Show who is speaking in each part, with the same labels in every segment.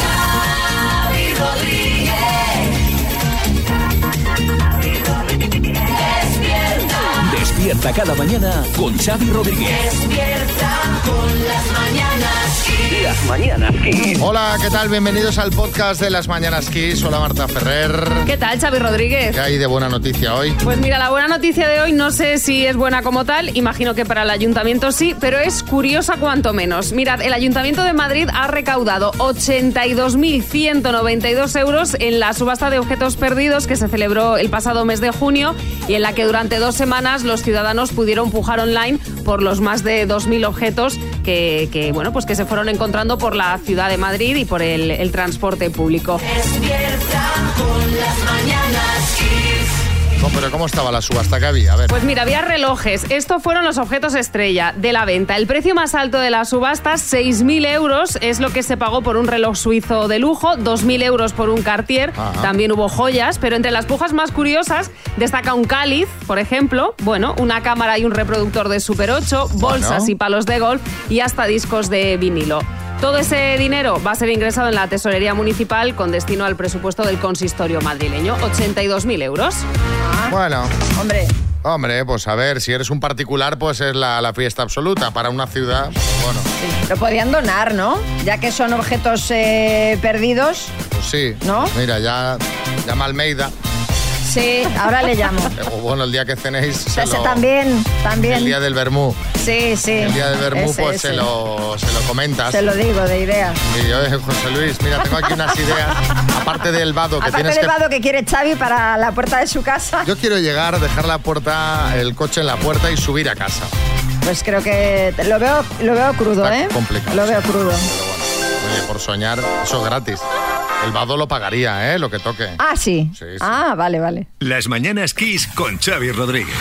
Speaker 1: Xavi Rodríguez. Despierta,
Speaker 2: Despierta cada mañana con Xavi Rodríguez.
Speaker 1: despierta con las mañanas. Kiss.
Speaker 2: Las mañanas Kiss.
Speaker 3: Hola, ¿qué tal? Bienvenidos al podcast de las Mañanas Kiss. Hola Marta Ferrer.
Speaker 4: ¿Qué tal, Xavi
Speaker 3: ¿Qué
Speaker 4: Rodríguez?
Speaker 3: hay de buena noticia hoy?
Speaker 4: Pues mira, la buena noticia de hoy no sé si es buena como tal, imagino que para el ayuntamiento sí, pero es curiosa cuanto menos. Mirad, el ayuntamiento de Madrid ha recaudado 82.192 euros en la subasta de objetos perdidos que se celebró el pasado mes de junio y en la que durante dos semanas los ciudadanos pudieron pujar online por los más de 2.000 objetos que, que, bueno, pues que se fueron encontrando por la ciudad de Madrid y por el- el transporte público.
Speaker 1: Despierta con las mañanas. Kiss.
Speaker 3: ¿Cómo- ¿Pero cómo estaba la subasta que había? A ver.
Speaker 4: Pues mira, había relojes. Estos fueron los objetos estrella de la venta. El precio más alto de la subasta, 6.000 euros, es lo que se pagó por un reloj suizo de lujo, 2.000 euros por un Cartier.
Speaker 3: Ajá.
Speaker 4: También hubo joyas, pero entre las pujas más curiosas destaca un cáliz, por ejemplo, bueno, una cámara y un reproductor de Super 8, bolsas
Speaker 3: Bueno.
Speaker 4: y palos de golf y hasta discos de vinilo. Todo ese dinero va a ser ingresado en la tesorería municipal con destino al presupuesto del consistorio madrileño, 82.000 euros.
Speaker 3: Bueno,
Speaker 5: Hombre,
Speaker 3: hombre, pues a ver, si eres un particular, pues es la, la fiesta absoluta. Para una ciudad, bueno,
Speaker 5: lo podían donar, ¿no? Ya que son objetos eh, perdidos.
Speaker 3: pues sí.
Speaker 5: ¿No?
Speaker 3: Mira, ya llama a Almeida.
Speaker 5: Sí, ahora le llamo.
Speaker 3: Eh, O bueno, el día que cenéis. se
Speaker 5: Ese
Speaker 3: lo-
Speaker 5: también,
Speaker 3: El día
Speaker 5: también.
Speaker 3: del Bermú.
Speaker 5: Sí, sí.
Speaker 3: El día del Bermú,
Speaker 5: Ese,
Speaker 3: pues
Speaker 5: ese.
Speaker 3: Se, lo, se lo comentas.
Speaker 5: Se lo digo de idea.
Speaker 3: Y yo, eh, José Luis, mira, tengo aquí unas ideas. Aparte del vado que
Speaker 5: Aparte
Speaker 3: tienes
Speaker 5: del
Speaker 3: que
Speaker 5: vado que quiere Xavi para la puerta de su casa,
Speaker 3: Yo quiero llegar, dejar la puerta, el coche en la puerta y subir a casa.
Speaker 5: pues creo que lo veo, lo veo crudo,
Speaker 3: Está
Speaker 5: ¿eh?
Speaker 3: complicado.
Speaker 5: Lo veo
Speaker 3: sí.
Speaker 5: crudo.
Speaker 3: Pero bueno, oye, por soñar, eso es gratis. El vado lo pagaría, ¿eh? Lo que toque.
Speaker 5: Ah, sí.
Speaker 3: Sí, sí.
Speaker 5: Ah, vale, vale.
Speaker 6: Las mañanas Kiss con Xavi Rodríguez.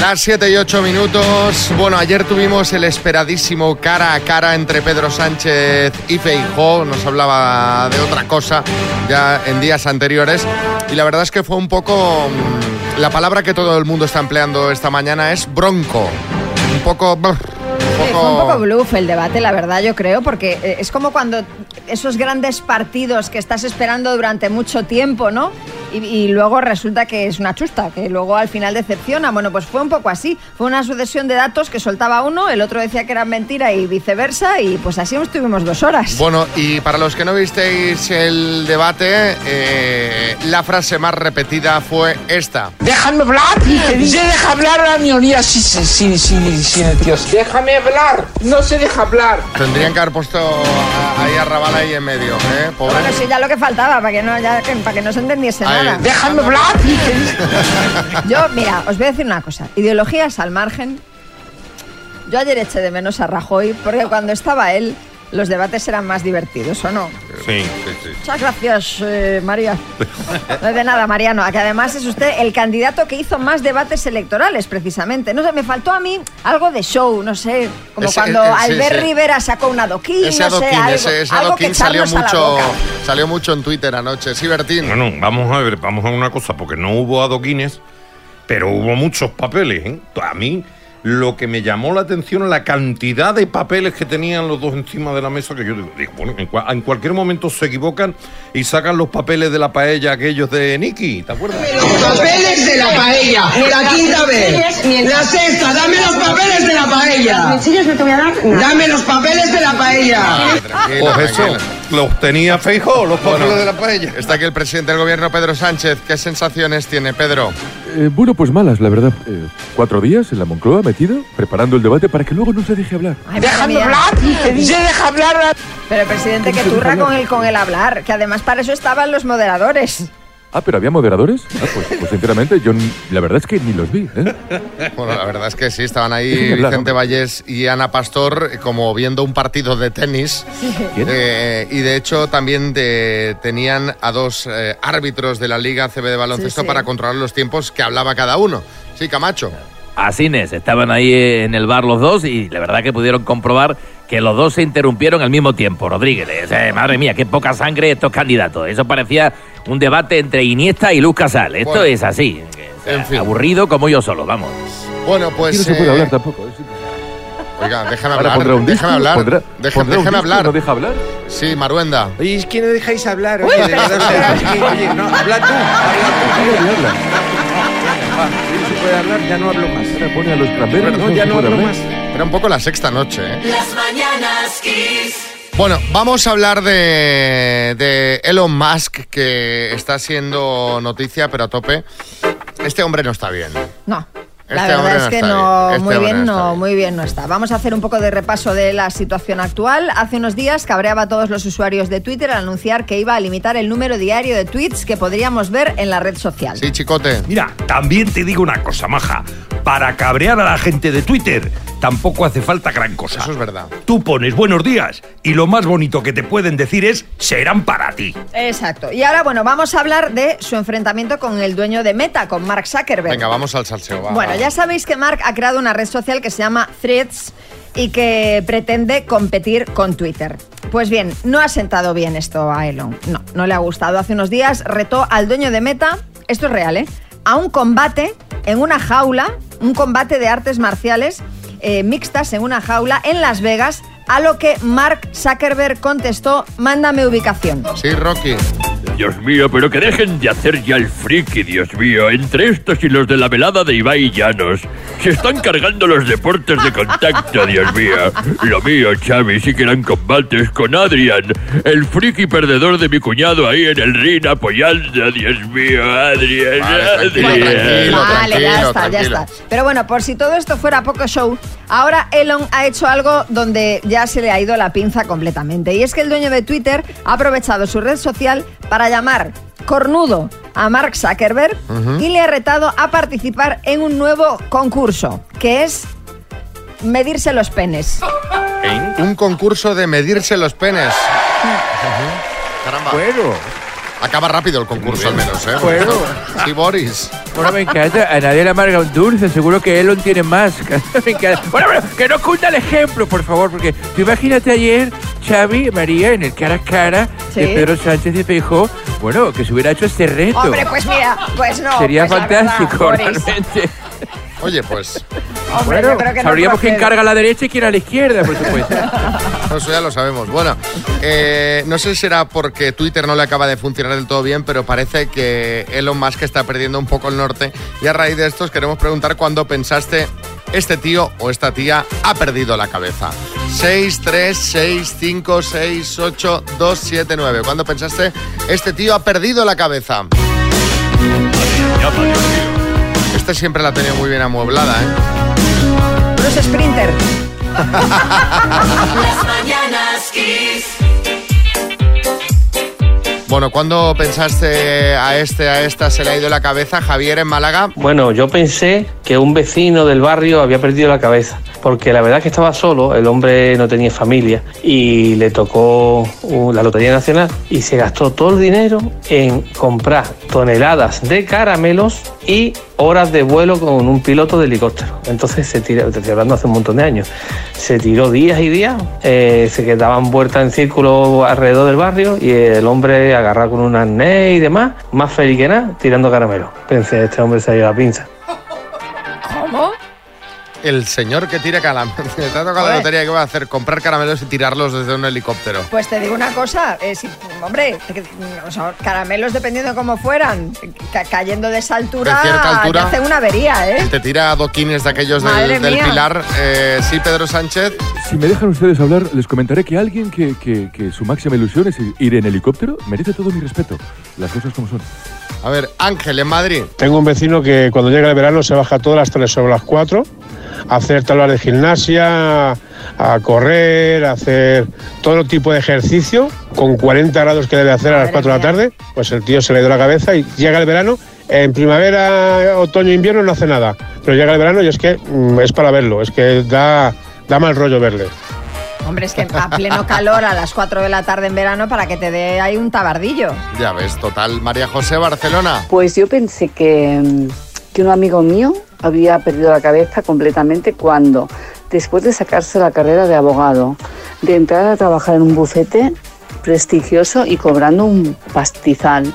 Speaker 3: Las 7 y 8 minutos. Bueno, ayer tuvimos el esperadísimo cara a cara entre Pedro Sánchez y Feijóo. Nos hablaba de otra cosa ya en días anteriores. Y la verdad es que fue un poco... mm, La palabra que todo el mundo está empleando esta mañana es bronco. Un poco... brr,
Speaker 5: Sí, fue un poco bluff el debate, la verdad, yo creo, porque eh, es como cuando esos grandes partidos que estás esperando durante mucho tiempo, ¿no? Y, y luego resulta que es una chusta, que luego al final decepciona. Bueno, pues fue un poco así. Fue una sucesión de datos que soltaba uno, el otro decía que era mentira y viceversa, y pues así estuvimos dos horas.
Speaker 3: Bueno, y para los que no visteis el debate, eh, la frase más repetida fue esta.
Speaker 7: Déjame hablar. Se deja hablar a la minoría. Sí, sí, sí, sí, sí, Dios. Déjame hablar. No se deja hablar.
Speaker 3: Tendrían que haber puesto a- ahí a Raval ahí en medio, ¿eh? Pobre.
Speaker 5: Bueno, sí, ya lo que faltaba, para que no, ya que- para que no se entendiese
Speaker 3: Ahí.
Speaker 5: nada.
Speaker 7: Déjame hablar.
Speaker 5: Yo, mira, os voy a decir una cosa. Ideologías al margen. Yo ayer eché de menos a Rajoy porque cuando estaba él, los debates eran más divertidos, ¿o no?
Speaker 8: Sí.
Speaker 5: Muchas gracias, eh, María. No es de nada, Mariano. a Que además es usted el candidato que hizo más debates electorales, precisamente. No sé, me faltó a mí algo de show, no sé. Como
Speaker 3: Ese-
Speaker 5: cuando
Speaker 3: eh, sí,
Speaker 5: Albert
Speaker 3: sí.
Speaker 5: Rivera sacó un adoquín,
Speaker 3: Ese
Speaker 5: no sé,
Speaker 3: adoquín,
Speaker 5: algo,
Speaker 3: ese, ese
Speaker 5: algo que
Speaker 3: adoquín salió
Speaker 5: echarnos a la
Speaker 3: mucho,
Speaker 5: boca.
Speaker 3: salió mucho en Twitter anoche. Sí, Bertín.
Speaker 8: Bueno, vamos a ver, vamos a ver una cosa, porque no hubo adoquines, pero hubo muchos papeles. ¿eh? A mí lo que me llamó la atención es la cantidad de papeles que tenían los dos encima de la mesa, que yo digo, digo, bueno, en, cua- en cualquier momento se equivocan y sacan los papeles de la paella aquellos de Nicky, ¿te acuerdas?
Speaker 9: papeles de la paella. La quinta vez. La sexta, dame los papeles de la paella. Dame los papeles de la paella.
Speaker 3: Tranquilo,
Speaker 8: Pues eso,
Speaker 3: tranquilo.
Speaker 8: los tenía Feijóo, los papeles
Speaker 3: Bueno,
Speaker 8: de la paella.
Speaker 3: Está aquí el presidente del gobierno, Pedro Sánchez. ¿Qué sensaciones tiene, Pedro?
Speaker 10: Eh, bueno, pues malas, la verdad. Eh, cuatro días en la Moncloa metido, preparando el debate para que luego no se deje hablar.
Speaker 5: Ay, madre
Speaker 7: Déjame
Speaker 5: mía.
Speaker 7: hablar. Se deja hablar. a-
Speaker 5: Pero presidente, que turra con el, con el hablar, que además para eso estaban los moderadores.
Speaker 3: Este
Speaker 10: Ah, pero había moderadores. Ah, pues, pues sinceramente, yo n- la verdad es que ni los vi. ¿eh?
Speaker 3: Bueno, la verdad es que sí, estaban ahí
Speaker 10: Claro.
Speaker 3: Vicente Vallés y Ana Pastor eh, como viendo un partido de tenis.
Speaker 10: Bien.
Speaker 3: Eh, y de hecho también de- tenían a dos eh, árbitros de la Liga CB de baloncesto
Speaker 5: sí.
Speaker 3: para controlar los tiempos que hablaba cada uno. Sí, Camacho.
Speaker 11: Asines estaban ahí eh, en el bar los dos y la verdad que pudieron comprobar que los dos se interrumpieron al mismo tiempo. Rodríguez, eh, madre mía, qué poca sangre estos candidatos. Eso parecía un debate entre Iniesta y Luz Casal. Esto
Speaker 3: Bueno.
Speaker 11: es así. eh, O sea,
Speaker 3: En fin.
Speaker 11: Aburrido como yo solo, vamos.
Speaker 3: Bueno, pues...
Speaker 10: Aquí no se
Speaker 3: eh,
Speaker 10: puede hablar tampoco. es imposible.
Speaker 3: Oye, Oiga, déjame
Speaker 10: Ahora
Speaker 3: hablar.
Speaker 10: pondrá un disco,
Speaker 3: déjame hablar.
Speaker 10: pondrá-
Speaker 3: Deja-
Speaker 10: pondrá un
Speaker 3: déjame
Speaker 10: disco,
Speaker 3: hablar.
Speaker 10: ¿no deja hablar?
Speaker 3: Sí, Maruenda.
Speaker 12: Oye, es que no dejáis hablar. Oye, de verdad, o sea, es que, oye, no, habla tú. Habla tú. Si puede hablar, ya no hablo más.
Speaker 10: pone a los
Speaker 12: cranberries,
Speaker 3: No,
Speaker 12: no
Speaker 3: ya
Speaker 12: se
Speaker 3: no
Speaker 12: puede
Speaker 3: hablo
Speaker 12: hablar.
Speaker 3: más. Era un poco la sexta noche, ¿eh?
Speaker 1: Las mañanas Kiss.
Speaker 3: Bueno, vamos a hablar de, de Elon Musk, que está siendo noticia, pero a tope. Este hombre no está bien.
Speaker 5: No. La
Speaker 3: Este hombre
Speaker 5: verdad
Speaker 3: no
Speaker 5: es que
Speaker 3: está
Speaker 5: no,
Speaker 3: bien. Este
Speaker 5: muy
Speaker 3: hombre
Speaker 5: bien,
Speaker 3: no está
Speaker 5: no, muy bien no está. Vamos a hacer un poco de repaso de la situación actual. Hace unos días cabreaba a todos los usuarios de Twitter al anunciar que iba a limitar el número diario de tweets que podríamos ver en la red social.
Speaker 3: Sí, chicote.
Speaker 13: Mira, también te digo una cosa, maja. Para cabrear a la gente de Twitter tampoco hace falta gran cosa. Eso
Speaker 3: es verdad.
Speaker 13: Tú pones buenos días y lo más bonito que te pueden decir es serán para ti.
Speaker 5: Exacto. Y ahora, bueno, vamos a hablar de su enfrentamiento con el dueño de Meta, con Mark Zuckerberg.
Speaker 3: Venga, vamos al salseo. va.
Speaker 5: Bueno, ya sabéis que Mark ha creado una red social que se llama Threads y que pretende competir con Twitter. Pues bien, no ha sentado bien esto a Elon. No, no le ha gustado. Hace unos días retó al dueño de Meta, esto es real, ¿eh? A un combate en una jaula, un combate de artes marciales eh, mixtas en una jaula en Las Vegas, a lo que Mark Zuckerberg contestó, mándame ubicación.
Speaker 3: Sí, Rocky.
Speaker 14: Dios mío, pero que dejen de hacer ya el friki, Dios mío, entre estos y los de la velada de Ibai Llanos. Se están cargando los deportes de contacto, Dios mío. Lo mío, Xavi, sí que eran combates con Adrian, el friki perdedor de mi cuñado ahí en el ring apoyando, Dios mío, Adrian, Adrian.
Speaker 5: Ah, Vale, ya está, ya está. Pero bueno, por si todo esto fuera poco show, ahora Elon ha hecho algo donde ya se le ha ido la pinza completamente. Y es que el dueño de Twitter ha aprovechado su red social para llamar cornudo a Mark Zuckerberg
Speaker 1: Ujú.
Speaker 5: y le ha retado a participar en un nuevo concurso, que es medirse los penes.
Speaker 3: Un concurso de medirse los penes. Caramba. Acaba rápido el concurso, al menos, ¿eh?
Speaker 12: Juego.
Speaker 3: Sí, Boris.
Speaker 12: Bueno, me encanta. A nadie le amarga un dulce. Seguro que Elon tiene más. Me encanta. Bueno, bueno, que no cunda el ejemplo, por favor. Porque tú imagínate ayer, Xavi, María, en el cara a cara de
Speaker 5: Sí.
Speaker 12: Pedro Sánchez y Feijó. Bueno, que se hubiera hecho este reto.
Speaker 5: Hombre, pues mira, pues no.
Speaker 12: Sería
Speaker 5: pues la
Speaker 12: fantástico,
Speaker 5: verdad, Boris.
Speaker 12: realmente.
Speaker 3: Oye, pues.
Speaker 5: Hombre, yo creo que no
Speaker 12: sabríamos quién
Speaker 5: procede.
Speaker 12: carga a la derecha y quién a la izquierda, por supuesto.
Speaker 3: Eso ya lo sabemos. Bueno, eh, no sé si será porque Twitter no le acaba de funcionar del todo bien, pero parece que Elon Musk está perdiendo un poco el norte. Y a raíz de esto os queremos preguntar cuándo pensaste este tío o esta tía ha perdido la cabeza. 6, 3, 6, 5, 6, 8, 2, 7, 9. ¿Cuándo pensaste este tío ha perdido la cabeza? Este siempre la ha tenido muy bien amueblada, ¿eh?
Speaker 5: Bruce Sprinter.
Speaker 1: Las mañanas Kiss.
Speaker 3: Bueno, ¿cuándo pensaste a este, a esta, se le ha ido la cabeza Javier en Málaga?
Speaker 15: Bueno, yo pensé que un vecino del barrio había perdido la cabeza, porque la verdad es que estaba solo, el hombre no tenía familia y le tocó uh, la Lotería Nacional y se gastó todo el dinero en comprar toneladas de caramelos y horas de vuelo con un piloto de helicóptero. Entonces se tiró, te estoy hablando hace un montón de años, se tiró días y días, eh, se quedaban vueltas en círculo alrededor del barrio y el hombre agarrado con un arnés y demás, más feliz que nada, tirando caramelos. Pensé, este hombre se ha ido la pinza.
Speaker 5: ¿Cómo?
Speaker 3: El señor que tira caramelos. Le ha tocado la
Speaker 5: Joder.
Speaker 3: lotería que va a hacer comprar caramelos y tirarlos desde un helicóptero.
Speaker 5: Pues te digo una cosa, eh, si- hombre, que- o sea, caramelos dependiendo de cómo fueran, ca- cayendo de esa altura,
Speaker 3: De cierta altura.
Speaker 5: te hacen una avería, ¿eh?
Speaker 3: Si te tira adoquines de aquellos
Speaker 5: Madre
Speaker 3: del, del
Speaker 5: mía.
Speaker 3: Pilar, eh, sí, Pedro Sánchez.
Speaker 10: Si me dejan ustedes hablar, les comentaré que alguien que, que- que su máxima ilusión es ir en helicóptero merece todo mi respeto. Las cosas como son.
Speaker 3: A ver, Ángel en Madrid.
Speaker 16: Tengo un vecino que cuando llega el verano se baja todas las tres sobre las cuatro a hacer tablas de gimnasia, a correr, a hacer todo tipo de ejercicio con 40 grados que debe hacer a las 4 de la tarde. Pues el tío se le dio la cabeza y llega el verano. En primavera, otoño, invierno no hace nada, pero llega el verano y es que mm, es para verlo, es que da, da mal rollo verle.
Speaker 5: Hombre, es que a pleno calor a las 4 de la tarde en verano para que te dé ahí un tabardillo.
Speaker 3: Ya ves, total. María José, Barcelona.
Speaker 17: Pues yo pensé que, mm, que un amigo mío había perdido la cabeza completamente cuando, después de sacarse la carrera de abogado, de entrar a trabajar en un bufete prestigioso y cobrando un pastizal,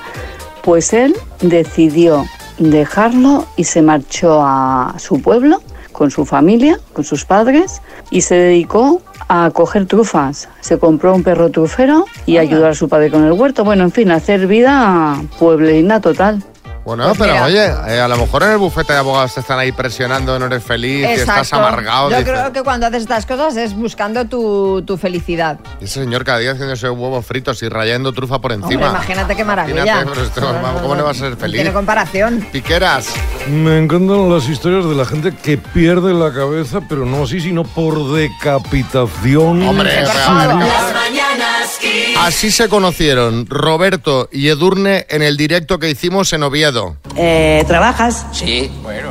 Speaker 17: pues él decidió dejarlo y se marchó a su pueblo con su familia, con sus padres, y se dedicó a coger trufas. Se compró un perro trufero y ayudar a su padre con el huerto. Bueno, en fin, hacer vida pueblerina total.
Speaker 3: Bueno,
Speaker 5: Pues
Speaker 3: pero oye, eh, a lo mejor en el bufete de abogados te están ahí presionando, no eres feliz, que estás
Speaker 5: Exacto.
Speaker 3: amargado.
Speaker 5: Yo
Speaker 3: dices,
Speaker 5: creo que cuando haces estas cosas es buscando tu, tu felicidad.
Speaker 3: "Y Ese señor cada día haciéndose huevos fritos y rayando trufa por
Speaker 5: Hombre,
Speaker 3: encima.
Speaker 5: imagínate qué maravilla.
Speaker 3: Imagínate, pero esto, ¿cómo le vas a ser
Speaker 5: No
Speaker 3: feliz?
Speaker 5: tiene comparación.
Speaker 3: Piqueras.
Speaker 18: Me encantan las historias de la gente que pierde la cabeza, pero no así, sino por decapitación.
Speaker 3: Hombre,
Speaker 18: Sí.
Speaker 7: Ah,
Speaker 1: Las mañanas Kiss.
Speaker 3: Así se conocieron Roberto y Edurne en el directo que hicimos en Oviedo.
Speaker 19: Eh, ¿Trabajas? Sí, bueno.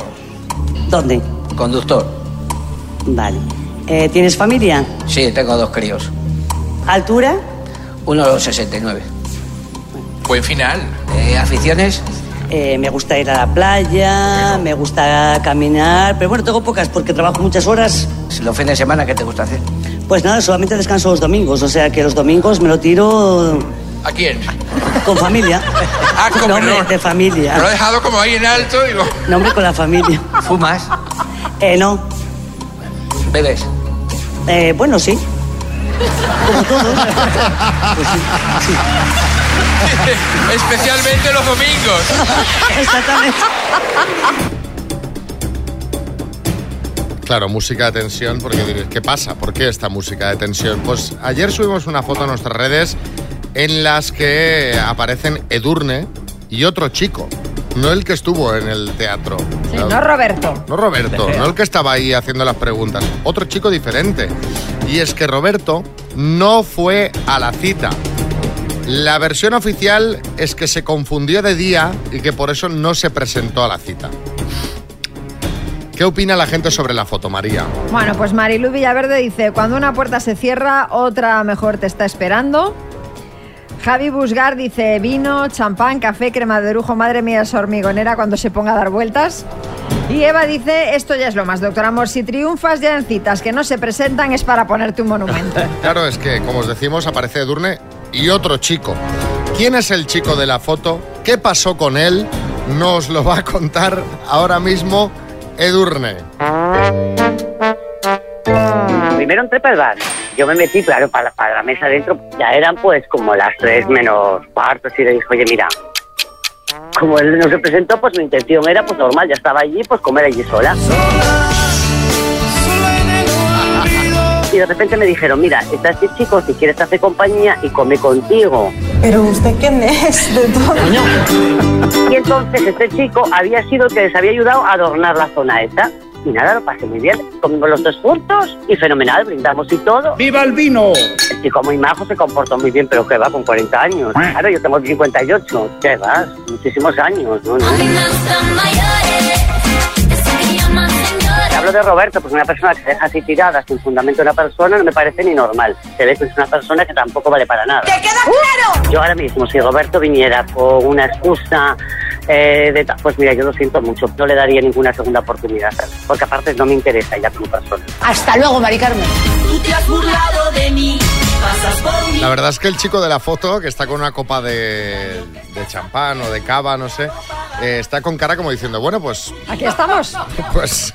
Speaker 19: ¿Dónde? Conductor. Vale. Eh, ¿Tienes familia?
Speaker 20: Sí, tengo dos críos.
Speaker 19: ¿Altura?
Speaker 20: 1,69. Buen final. Eh, ¿Aficiones?
Speaker 19: Eh, me gusta ir a la playa, me gusta caminar, pero bueno, tengo pocas porque trabajo muchas horas.
Speaker 20: ¿Los fines de semana qué te gusta hacer?
Speaker 19: Pues nada, solamente descanso los domingos, o sea que los domingos me lo tiro
Speaker 20: ¿A quién?
Speaker 19: con familia.
Speaker 20: Ah, con
Speaker 19: No, hombre,
Speaker 20: perdón.
Speaker 19: de familia.
Speaker 20: Lo he dejado como ahí en alto, digo.
Speaker 19: No, hombre, con la familia.
Speaker 20: ¿Fumas?
Speaker 19: Eh, no.
Speaker 20: ¿Bebes?
Speaker 19: Eh, bueno, sí. Como todos. Pues sí, sí.
Speaker 20: Especialmente los domingos.
Speaker 19: Exactamente.
Speaker 3: Claro, música de tensión, porque diréis, ¿qué pasa? ¿Por qué esta música de tensión? Pues ayer subimos una foto a nuestras redes en las que aparecen Edurne y otro chico, no el que estuvo en el teatro.
Speaker 5: Sí,
Speaker 3: La-
Speaker 5: no, Roberto.
Speaker 3: No Roberto, no el que estaba ahí haciendo las preguntas, otro chico diferente. Y es que Roberto no fue a la cita. La versión oficial es que se confundió de día y que por eso no se presentó a la cita. ¿Qué opina la gente sobre la foto, María?
Speaker 5: Bueno, pues Marilu Villaverde dice, cuando una puerta se cierra, otra mejor te está esperando. Javi Busgar dice, vino, champán, café, crema de brujo, madre mía, es hormigonera cuando se ponga a dar vueltas. Y Eva dice, esto ya es lo más, doctor Amor, si triunfas ya en citas que no se presentan es para ponerte un monumento.
Speaker 3: Claro, es que, como os decimos, aparece Edurne y otro chico. ¿Quién es el chico de la foto? ¿Qué pasó con él? Nos lo va a contar ahora mismo Edurne.
Speaker 21: Primero entré para el bar. Yo me metí, claro, para, la- para la mesa adentro. Ya eran pues como las tres menos cuartos y le dije, oye, mira, como él no se presentó, pues mi intención era pues normal, ya estaba allí, pues comer allí sola. Y de repente me dijeron, mira, está este chico, si quieres te hace compañía y come contigo.
Speaker 22: Pero usted quién es de todo.
Speaker 21: Y entonces este chico había sido el que les había ayudado a adornar la zona esta. Y nada, lo pasé muy bien. Comimos los dos juntos y fenomenal, brindamos y todo. ¡Viva el vino! El chico muy majo se comportó muy bien, pero que va con 40 años. Claro, yo tengo 58. ¿Qué vas? Muchísimos años, ¿no? no. Te Hablo de Roberto, porque una persona que se deja así tirada sin fundamento a una persona no me parece ni normal. Se ve que es una persona que tampoco vale para nada.
Speaker 1: queda claro?
Speaker 21: Yo ahora mismo, si Roberto viniera con una excusa, eh, de ta- pues mira, yo lo siento mucho, no le daría ninguna segunda oportunidad, porque aparte no me interesa ya como persona.
Speaker 1: Hasta luego, Mari Carmen. Tú te has burlado de mí. Pasas por mí.
Speaker 3: La verdad es que el chico de la foto, que está con una copa de, de champán o de cava, no sé, eh, está con cara como diciendo, bueno, pues,
Speaker 5: Aquí estamos.
Speaker 3: pues,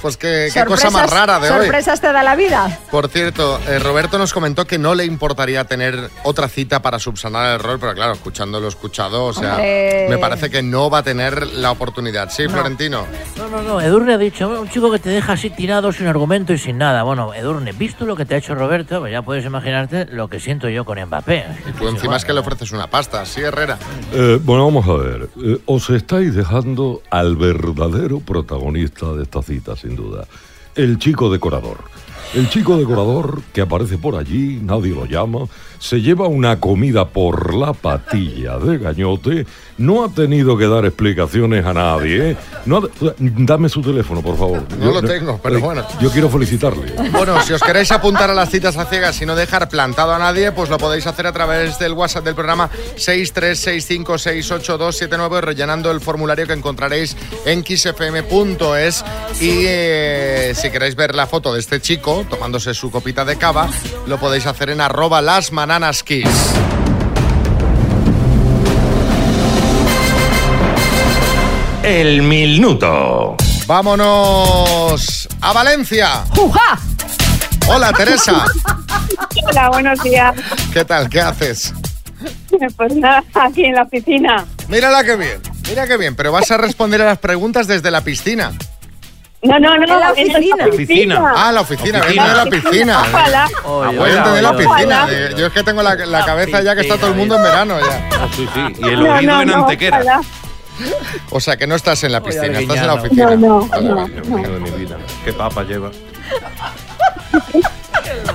Speaker 3: pues qué, qué cosa más rara de hoy.
Speaker 5: Sorpresas te da la vida.
Speaker 3: Por cierto, eh, Roberto nos comentó que no le importaría tener otra cita para subsanar el error, pero claro, escuchando lo escuchado, o sea,
Speaker 11: Hombre.
Speaker 3: me parece que no va a tener la oportunidad. Sí, Florentino.
Speaker 23: No, no, no, Edurne ha dicho, "Bueno, un chico que te deja así tirado sin argumento y sin nada. Bueno, Edurne, visto lo que te ha hecho Roberto, pues ya puedes imaginarte lo que siento yo con Mbappé.
Speaker 3: Y tú encima es que le ofreces una pasta, sí, Herrera.
Speaker 18: Eh, bueno, vamos a ver. Eh, os estáis dejando al verdadero protagonista de esta cita, sin duda. El chico decorador. El chico decorador que aparece por allí, nadie lo llama, se lleva una comida por la patilla de gañote, no ha tenido que dar explicaciones a nadie. ¿eh? No ha- dame su teléfono, por favor. Eh,
Speaker 3: No lo tengo, pero bueno.
Speaker 18: Yo quiero felicitarle.
Speaker 3: Bueno, si os queréis apuntar a las citas a ciegas y no dejar plantado a nadie, pues lo podéis hacer a través del WhatsApp del programa 636568279, rellenando el formulario que encontraréis en xfm.es. Y eh, si queréis ver la foto de este chico tomándose su copita de cava, lo podéis hacer en arroba las
Speaker 13: El minuto.
Speaker 3: Vámonos a Valencia.
Speaker 5: ¡Jujá!
Speaker 3: Hola Teresa,
Speaker 1: Hola, buenos días.
Speaker 3: ¿qué tal? ¿Qué haces?
Speaker 1: Pues nada, aquí en la piscina.
Speaker 3: Mírala qué bien, mira qué bien, pero vas a responder a las preguntas desde la piscina.
Speaker 1: No, no, no.
Speaker 5: En la
Speaker 1: esto es
Speaker 5: oficina.
Speaker 3: Ah, la oficina,
Speaker 5: Oficina.
Speaker 3: vengo de la piscina.
Speaker 1: Ojalá.
Speaker 3: Ah, voy
Speaker 13: Oye,
Speaker 3: a entender la
Speaker 13: oye,
Speaker 3: piscina.
Speaker 13: oye.
Speaker 3: Eh, Yo es que tengo la, la cabeza ya que está todo el mundo en verano ya.
Speaker 8: Ah,
Speaker 13: Sí, sí. Y el oído en antequera.
Speaker 1: ojalá.
Speaker 3: O sea que no estás en la piscina, estás en la
Speaker 13: Arguiñano.
Speaker 3: oficina.
Speaker 1: No, no,
Speaker 3: Vale,
Speaker 1: no,
Speaker 3: vale.
Speaker 1: no.
Speaker 13: Dios mío de mi vida. Qué papa lleva.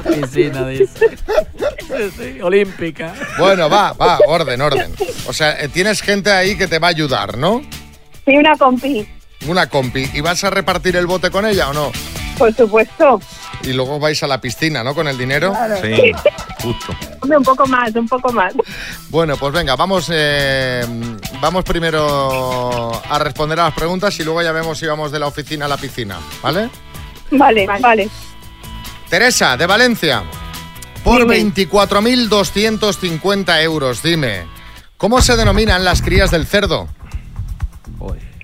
Speaker 14: Piscina, dice. Sí, sí, olímpica.
Speaker 3: Bueno, va, va, orden, orden. O sea, eh, tienes gente ahí que te va a ayudar, ¿no?
Speaker 1: Sí, una compi,
Speaker 3: Una compi. ¿Y vas a repartir el bote con ella o no?
Speaker 1: por supuesto.
Speaker 3: Y luego vais a la piscina, ¿no? Con el dinero.
Speaker 1: Claro.
Speaker 3: Sí, justo.
Speaker 1: Hombre, un poco más, un poco más.
Speaker 3: Bueno, pues venga, vamos, eh, vamos primero a responder a las preguntas y luego ya vemos si vamos de la oficina a la piscina, ¿vale?
Speaker 1: Vale, vale.
Speaker 3: Teresa, de Valencia, por 24.250 euros, dime, ¿cómo se denominan las crías del cerdo?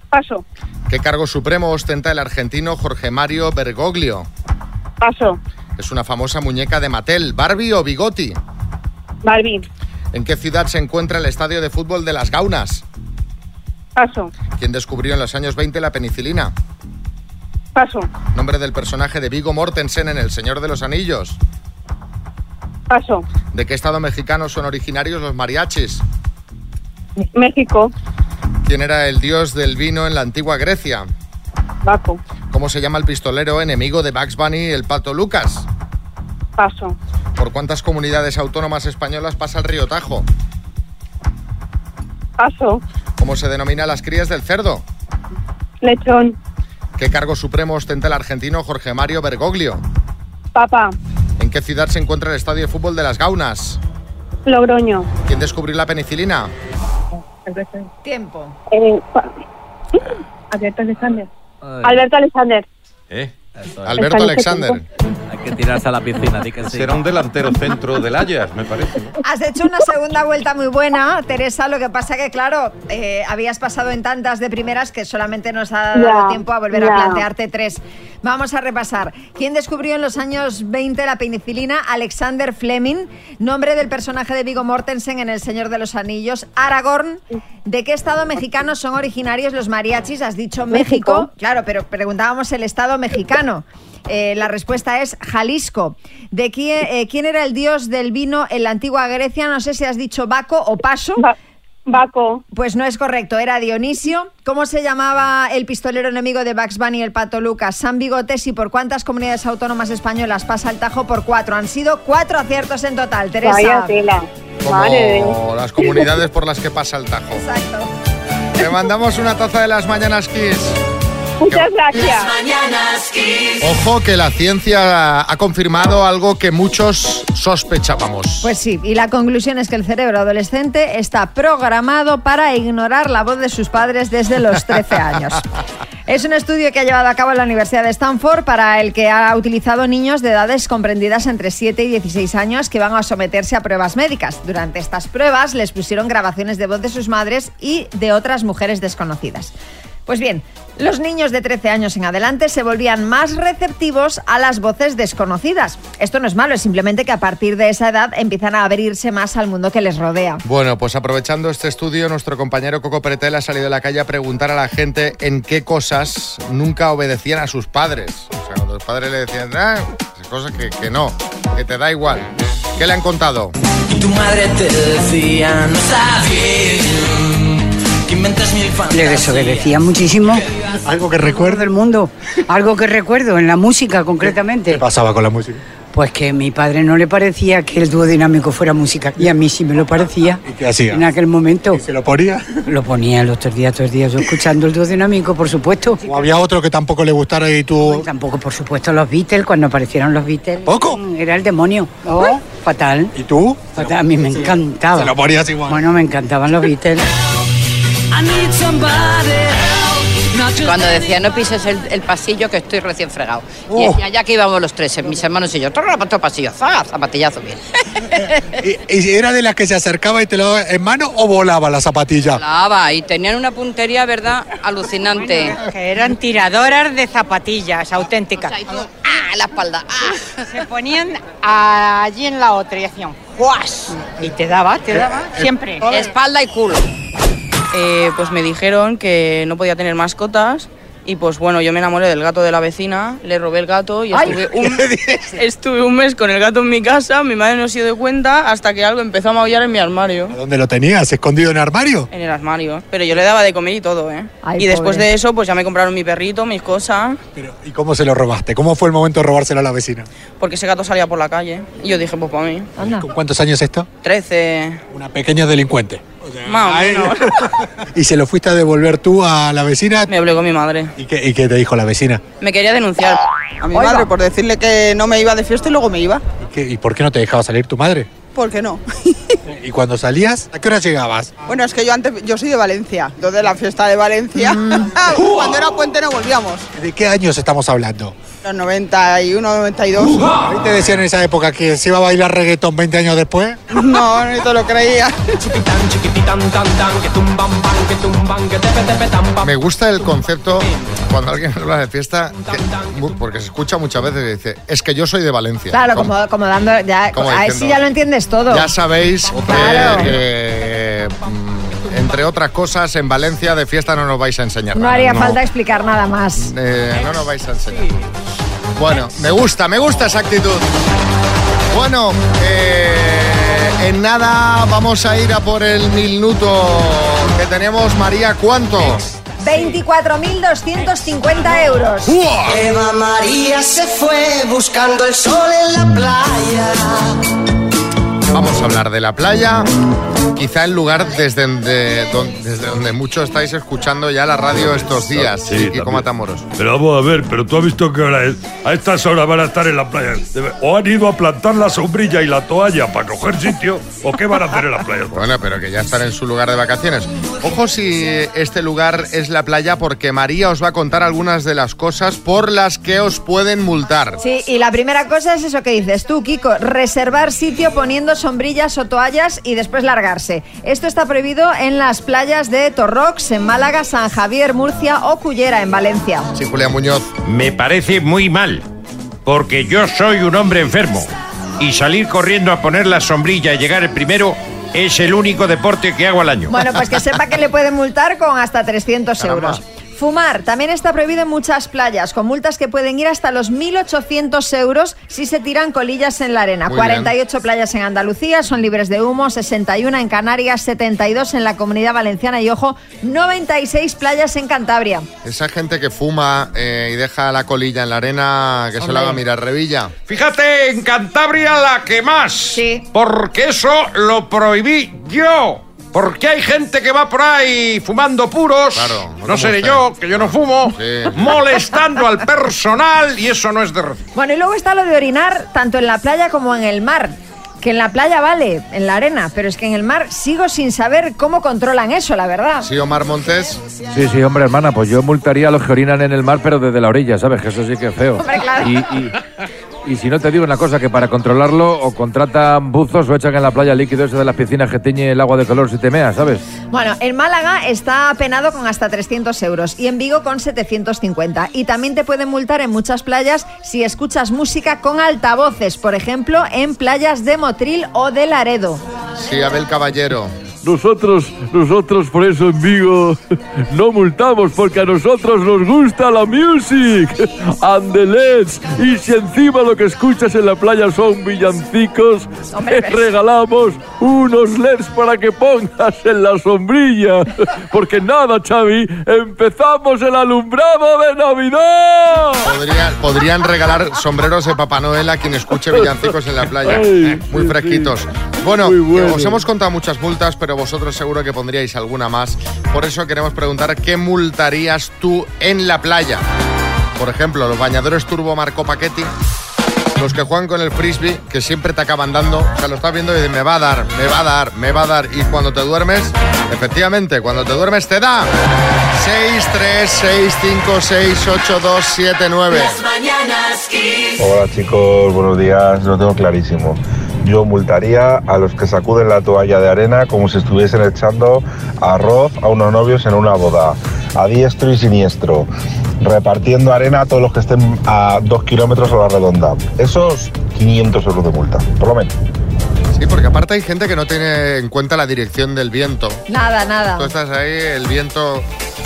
Speaker 1: Paso,
Speaker 3: ¿Qué cargo supremo ostenta el argentino Jorge Mario Bergoglio?
Speaker 1: paso.
Speaker 3: Es una famosa muñeca de Mattel, Barbie o Bigotti.
Speaker 1: Barbie,
Speaker 3: ¿En qué ciudad se encuentra el estadio de fútbol de las Gaunas?
Speaker 1: paso,
Speaker 3: ¿Quién descubrió en los años 20 la penicilina?
Speaker 1: paso,
Speaker 3: Nombre del personaje de Vigo Mortensen en El Señor de los Anillos.
Speaker 1: paso.
Speaker 3: ¿De qué estado mexicano son originarios los mariachis?
Speaker 1: México,
Speaker 3: ¿Quién era el dios del vino en la antigua Grecia?
Speaker 1: Baco,
Speaker 3: ¿Cómo se llama el pistolero enemigo de Bugs Bunny, el pato Lucas?
Speaker 1: paso.
Speaker 3: ¿Por cuántas comunidades autónomas españolas pasa el río Tajo?
Speaker 1: Paso,
Speaker 3: ¿Cómo se denomina las crías del cerdo?
Speaker 1: lechón,
Speaker 3: ¿Qué cargo supremo ostenta el argentino Jorge Mario Bergoglio?
Speaker 1: papa,
Speaker 3: ¿En qué ciudad se encuentra el estadio de fútbol de las Gaunas?
Speaker 1: logroño.
Speaker 3: ¿Quién descubrió la penicilina?
Speaker 5: Tiempo.
Speaker 1: Eh, pa- Alberto Alexander. Alberto Alexander. este
Speaker 3: Alberto Alexander.
Speaker 24: Hay que tirarse a la piscina, di que sí.
Speaker 13: Será un delantero centro del Ayas, me parece. ¿no?
Speaker 5: Has hecho una segunda vuelta muy buena, Teresa. Lo que pasa que, claro, eh, habías pasado en tantas de primeras que solamente nos ha dado
Speaker 1: Ya,
Speaker 5: tiempo a volver
Speaker 1: ya.
Speaker 5: a plantearte tres. Vamos a repasar. ¿Quién descubrió en los años 20 la penicilina? Alexander Fleming. Nombre del personaje de Vigo Mortensen en El Señor de los Anillos. Aragorn. ¿De qué estado mexicano son originarios los mariachis? Has dicho México.
Speaker 1: México.
Speaker 5: Claro, pero preguntábamos el estado mexicano. Eh, la respuesta es Jalisco. ¿De quién, eh, quién era el dios del vino en la antigua Grecia? No sé si has dicho Baco o Paso.
Speaker 1: Baco,
Speaker 5: Pues no es correcto, era Dionisio. ¿Cómo se llamaba el pistolero enemigo de Bugs Bunny, el pato Lucas? San Bigotes y por cuántas comunidades autónomas españolas pasa el tajo por cuatro. Han sido cuatro aciertos en total, Teresa.
Speaker 1: vaya tela.
Speaker 3: Como
Speaker 1: Vale.
Speaker 3: las comunidades por las que pasa el Tajo.
Speaker 5: Exacto.
Speaker 3: Te mandamos una taza de las mañanas Kiss.
Speaker 1: Muchas gracias.
Speaker 3: Ojo que la ciencia ha confirmado algo que muchos sospechábamos.
Speaker 5: Pues sí, y la conclusión es que el cerebro adolescente está programado para ignorar la voz de sus padres desde los 13 años. Es un estudio que ha llevado a cabo la Universidad de Stanford para el que ha utilizado niños de edades comprendidas entre 7 y 16 años que van a someterse a pruebas médicas. Durante estas pruebas les pusieron grabaciones de voz de sus madres y de otras mujeres desconocidas. Pues bien, los niños de 13 años en adelante se volvían más receptivos a las voces desconocidas. Esto no es malo, es simplemente que a partir de esa edad empiezan a abrirse más al mundo que les rodea.
Speaker 3: Bueno, pues aprovechando este estudio, nuestro compañero Coco Pretel ha salido a la calle a preguntar a la gente en qué cosas nunca obedecían a sus padres. O sea, cuando los padres le decían, ah, esas cosas que, que no, que te da igual. ¿Qué le han contado?
Speaker 7: Tu madre te decía, no está bien, que inventas mil
Speaker 25: Le desobedecía muchísimo.
Speaker 6: Algo que recuerdo
Speaker 25: del mundo. Algo que recuerdo, en la música concretamente.
Speaker 6: pasaba con la música?
Speaker 25: Pues que a mi padre no le parecía que el dúo dinámico fuera música. Y a mí sí me lo parecía. ¿Y
Speaker 6: qué hacía?
Speaker 25: En aquel momento.
Speaker 6: ¿Se lo ponía?
Speaker 25: Lo ponía los tres días, tres días, yo escuchando el dúo dinámico, por supuesto.
Speaker 6: ¿O había otro que tampoco le gustara y tú...?
Speaker 25: tampoco, por supuesto, los Beatles, cuando aparecieron los Beatles. ¿Poco? Era el demonio. Oh, fatal. ¿Y tú? Fatal, a mí me encantaba.
Speaker 6: Se lo ponías igual.
Speaker 25: Bueno, me encantaban los Beatles.
Speaker 7: I need somebody help. No Cuando decía, no pises el, el pasillo que estoy recién fregado. Y
Speaker 9: Oh.
Speaker 7: decía, ya que íbamos los tres, eh, mis hermanos y yo, todo el pasillo, ¡za! zapatillazo bien.
Speaker 6: ¿Y- y ¿Era de las que se acercaba y te lo daba en mano o volaba la zapatilla?
Speaker 7: Lava, y tenían una puntería, ¿verdad? Alucinante.
Speaker 14: Que eran tiradoras de zapatillas auténticas.
Speaker 7: ¡Ah, la espalda!
Speaker 14: Se ponían allí en la otra y hacían ¡guas! Y te daba, te daba, siempre.
Speaker 7: Espalda y culo.
Speaker 26: Eh, pues me dijeron que no podía tener mascotas y pues bueno, yo me enamoré del gato de la vecina, le robé el gato y
Speaker 14: ¡Ay!
Speaker 26: estuve un, estuve un mes con el gato en mi casa, mi madre no se dio cuenta hasta que algo empezó a maullar en mi armario.
Speaker 6: ¿Dónde lo tenías? ¿Escondido en el armario?
Speaker 26: En el armario, pero yo le daba de comer y todo, ¿eh?
Speaker 6: Ay,
Speaker 26: y después
Speaker 6: pobre.
Speaker 26: de eso pues ya me compraron mi perrito, mis cosas,
Speaker 6: ¿Y cómo se lo robaste? ¿Cómo fue el momento de robárselo a la vecina?
Speaker 26: porque ese gato salía por la calle y yo dije pues para mí.
Speaker 6: ¿Con cuántos años esto?
Speaker 26: 13,
Speaker 6: Una pequeña delincuente.
Speaker 26: más o menos.
Speaker 6: ¿Y se lo fuiste a devolver tú a la vecina?
Speaker 26: Me obligó mi madre.
Speaker 6: ¿Y qué, y qué te dijo la vecina?
Speaker 26: Me quería denunciar a mi
Speaker 14: madre por decirle que no me iba de fiesta y luego me iba.
Speaker 6: ¿Y, qué- y por qué no te dejaba salir tu madre?
Speaker 14: ¿Por qué no?
Speaker 6: ¿Y cuando salías? ¿A qué hora llegabas?
Speaker 14: Bueno, es que yo antes, yo soy de Valencia, entonces la fiesta de Valencia,
Speaker 26: Mm.
Speaker 14: cuando era puente no volvíamos.
Speaker 6: ¿De qué años estamos hablando?
Speaker 14: Los 91, 92.
Speaker 6: ¿Ahí te decían en esa época que se iba a bailar reggaetón 20 años después?
Speaker 14: No, ni te lo creía.
Speaker 3: Me gusta el concepto cuando alguien habla de fiesta, que- mu- porque se escucha muchas veces y dice, es que yo soy de Valencia.
Speaker 5: Claro,
Speaker 3: Como-
Speaker 5: como, como dando. Ya,
Speaker 3: Como
Speaker 5: ahí
Speaker 3: diciendo-
Speaker 5: sí ya lo entiendes todo.
Speaker 3: Ya sabéis que,
Speaker 5: Claro.
Speaker 3: que, mm, entre otras cosas, en Valencia de fiesta no nos vais a enseñar.
Speaker 5: no
Speaker 3: nada,
Speaker 5: haría falta explicar nada más.
Speaker 3: Eh, no nos vais a enseñar. Bueno, me gusta, me gusta esa actitud. Bueno, eh, en nada vamos a ir a por el minuto que tenemos, María. ¿Cuánto?
Speaker 5: 24.250 euros.
Speaker 1: Eva María se fue buscando el sol en la playa.
Speaker 3: Vamos a hablar de la playa, quizá el lugar desde donde, don- desde donde muchos estáis escuchando ya la radio estos días,
Speaker 18: Sí,
Speaker 3: y Kiko
Speaker 18: también.
Speaker 3: Matamoros.
Speaker 18: Pero vamos a ver, pero tú has visto qué hora es. A estas horas van a estar en la playa. Debe- O han ido a plantar la sombrilla y la toalla para coger sitio, o qué van a hacer en la playa.
Speaker 3: Bueno, pero que ya están en su lugar de vacaciones. Ojo si este lugar es la playa porque María os va a contar algunas de las cosas por las que os pueden multar.
Speaker 5: Sí, y la primera cosa es eso que dices tú, Kiko, reservar sitio poniendo sombrillas o toallas y después largarse. Esto está prohibido en las playas de Torrox, en Málaga, San Javier, Murcia o Cullera, en Valencia.
Speaker 3: Sí, Julián Muñoz.
Speaker 13: Me parece muy mal, porque yo soy un hombre enfermo. Y salir corriendo a poner la sombrilla y llegar el primero es el único deporte que hago al año.
Speaker 5: Bueno, pues que sepa que le pueden multar con hasta 300 euros. Fumar también está prohibido en muchas playas, con multas que pueden ir hasta los 1.800 euros si se tiran colillas en la arena.
Speaker 27: Muy
Speaker 5: 48 playas en Andalucía son libres de humo, 61 en Canarias, 72 en la Comunidad Valenciana y, ojo, 96 playas en Cantabria.
Speaker 3: Esa gente que fuma eh, y deja la colilla en la arena, que se
Speaker 13: Hombre.
Speaker 3: la haga mirar revilla.
Speaker 13: Fíjate, en Cantabria la que más. Porque eso lo prohibí yo. Porque hay gente que va por ahí fumando puros.
Speaker 3: Claro, no
Speaker 13: no seré
Speaker 3: usted.
Speaker 13: yo, que yo no fumo.
Speaker 3: Sí.
Speaker 13: Molestando al personal y eso no es de recibo.
Speaker 5: Bueno, y luego está lo de orinar tanto en la playa como en el mar. Que en la playa vale, en la arena, pero es que en el mar sigo sin saber cómo controlan eso, la verdad.
Speaker 3: Sí, Omar Montes.
Speaker 12: Sí, sí, hombre, hermana, pues yo multaría a los que orinan en el mar, pero desde la orilla, ¿sabes? Que eso sí que es feo.
Speaker 5: Hombre, claro.
Speaker 12: Y, y- y si no te digo una cosa, que para controlarlo o contratan buzos o echan en la playa líquido ese de las piscinas que tiñe el agua de color si te meas, ¿sabes?
Speaker 5: Bueno, en Málaga está penado con hasta 300 euros y en Vigo con 750. Y también te pueden multar en muchas playas si escuchas música con altavoces, por ejemplo, en playas de Motril o de Laredo.
Speaker 3: Sí, Abel Caballero.
Speaker 28: Nosotros, nosotros por eso en Vigo no multamos porque a nosotros nos gusta la music and the LEDs y si encima lo que escuchas en la playa son villancicos
Speaker 5: Hombre,
Speaker 28: te
Speaker 5: pero-
Speaker 28: regalamos unos LEDs para que pongas en la sombrilla porque nada Xavi empezamos el alumbrado de Navidad
Speaker 3: Podría- podrían regalar sombreros de Papá Noel a quien escuche villancicos en la playa.
Speaker 28: Ay,
Speaker 3: Muy
Speaker 28: sí,
Speaker 3: fresquitos. Bueno,
Speaker 28: Muy bueno.
Speaker 3: os hemos contado muchas multas, pero vosotros seguro que pondríais alguna más. Por eso queremos preguntar qué multarías tú en la playa. Por ejemplo, los bañadores turbo Marco Paquetti, los que juegan con el frisbee, que siempre te acaban dando, o sea, lo estás viendo y dices, me va a dar, me va a dar, me va a dar. Y cuando te duermes, efectivamente, cuando te duermes te da. 6, 3, 6, 5, 6, 8, 2, 7, 9.
Speaker 1: mañanas Kiss.
Speaker 9: Hola chicos, buenos días. Lo tengo clarísimo. Yo multaría a los que sacuden la toalla de arena como si estuviesen echando arroz a unos novios en una boda, a diestro y siniestro, repartiendo arena a todos los que estén a dos kilómetros a la redonda. Esos 500 euros de multa, por lo menos.
Speaker 3: Sí, porque aparte hay gente que no tiene en cuenta la dirección del viento.
Speaker 5: Nada, nada.
Speaker 18: Pues-
Speaker 3: Tú estás ahí, el viento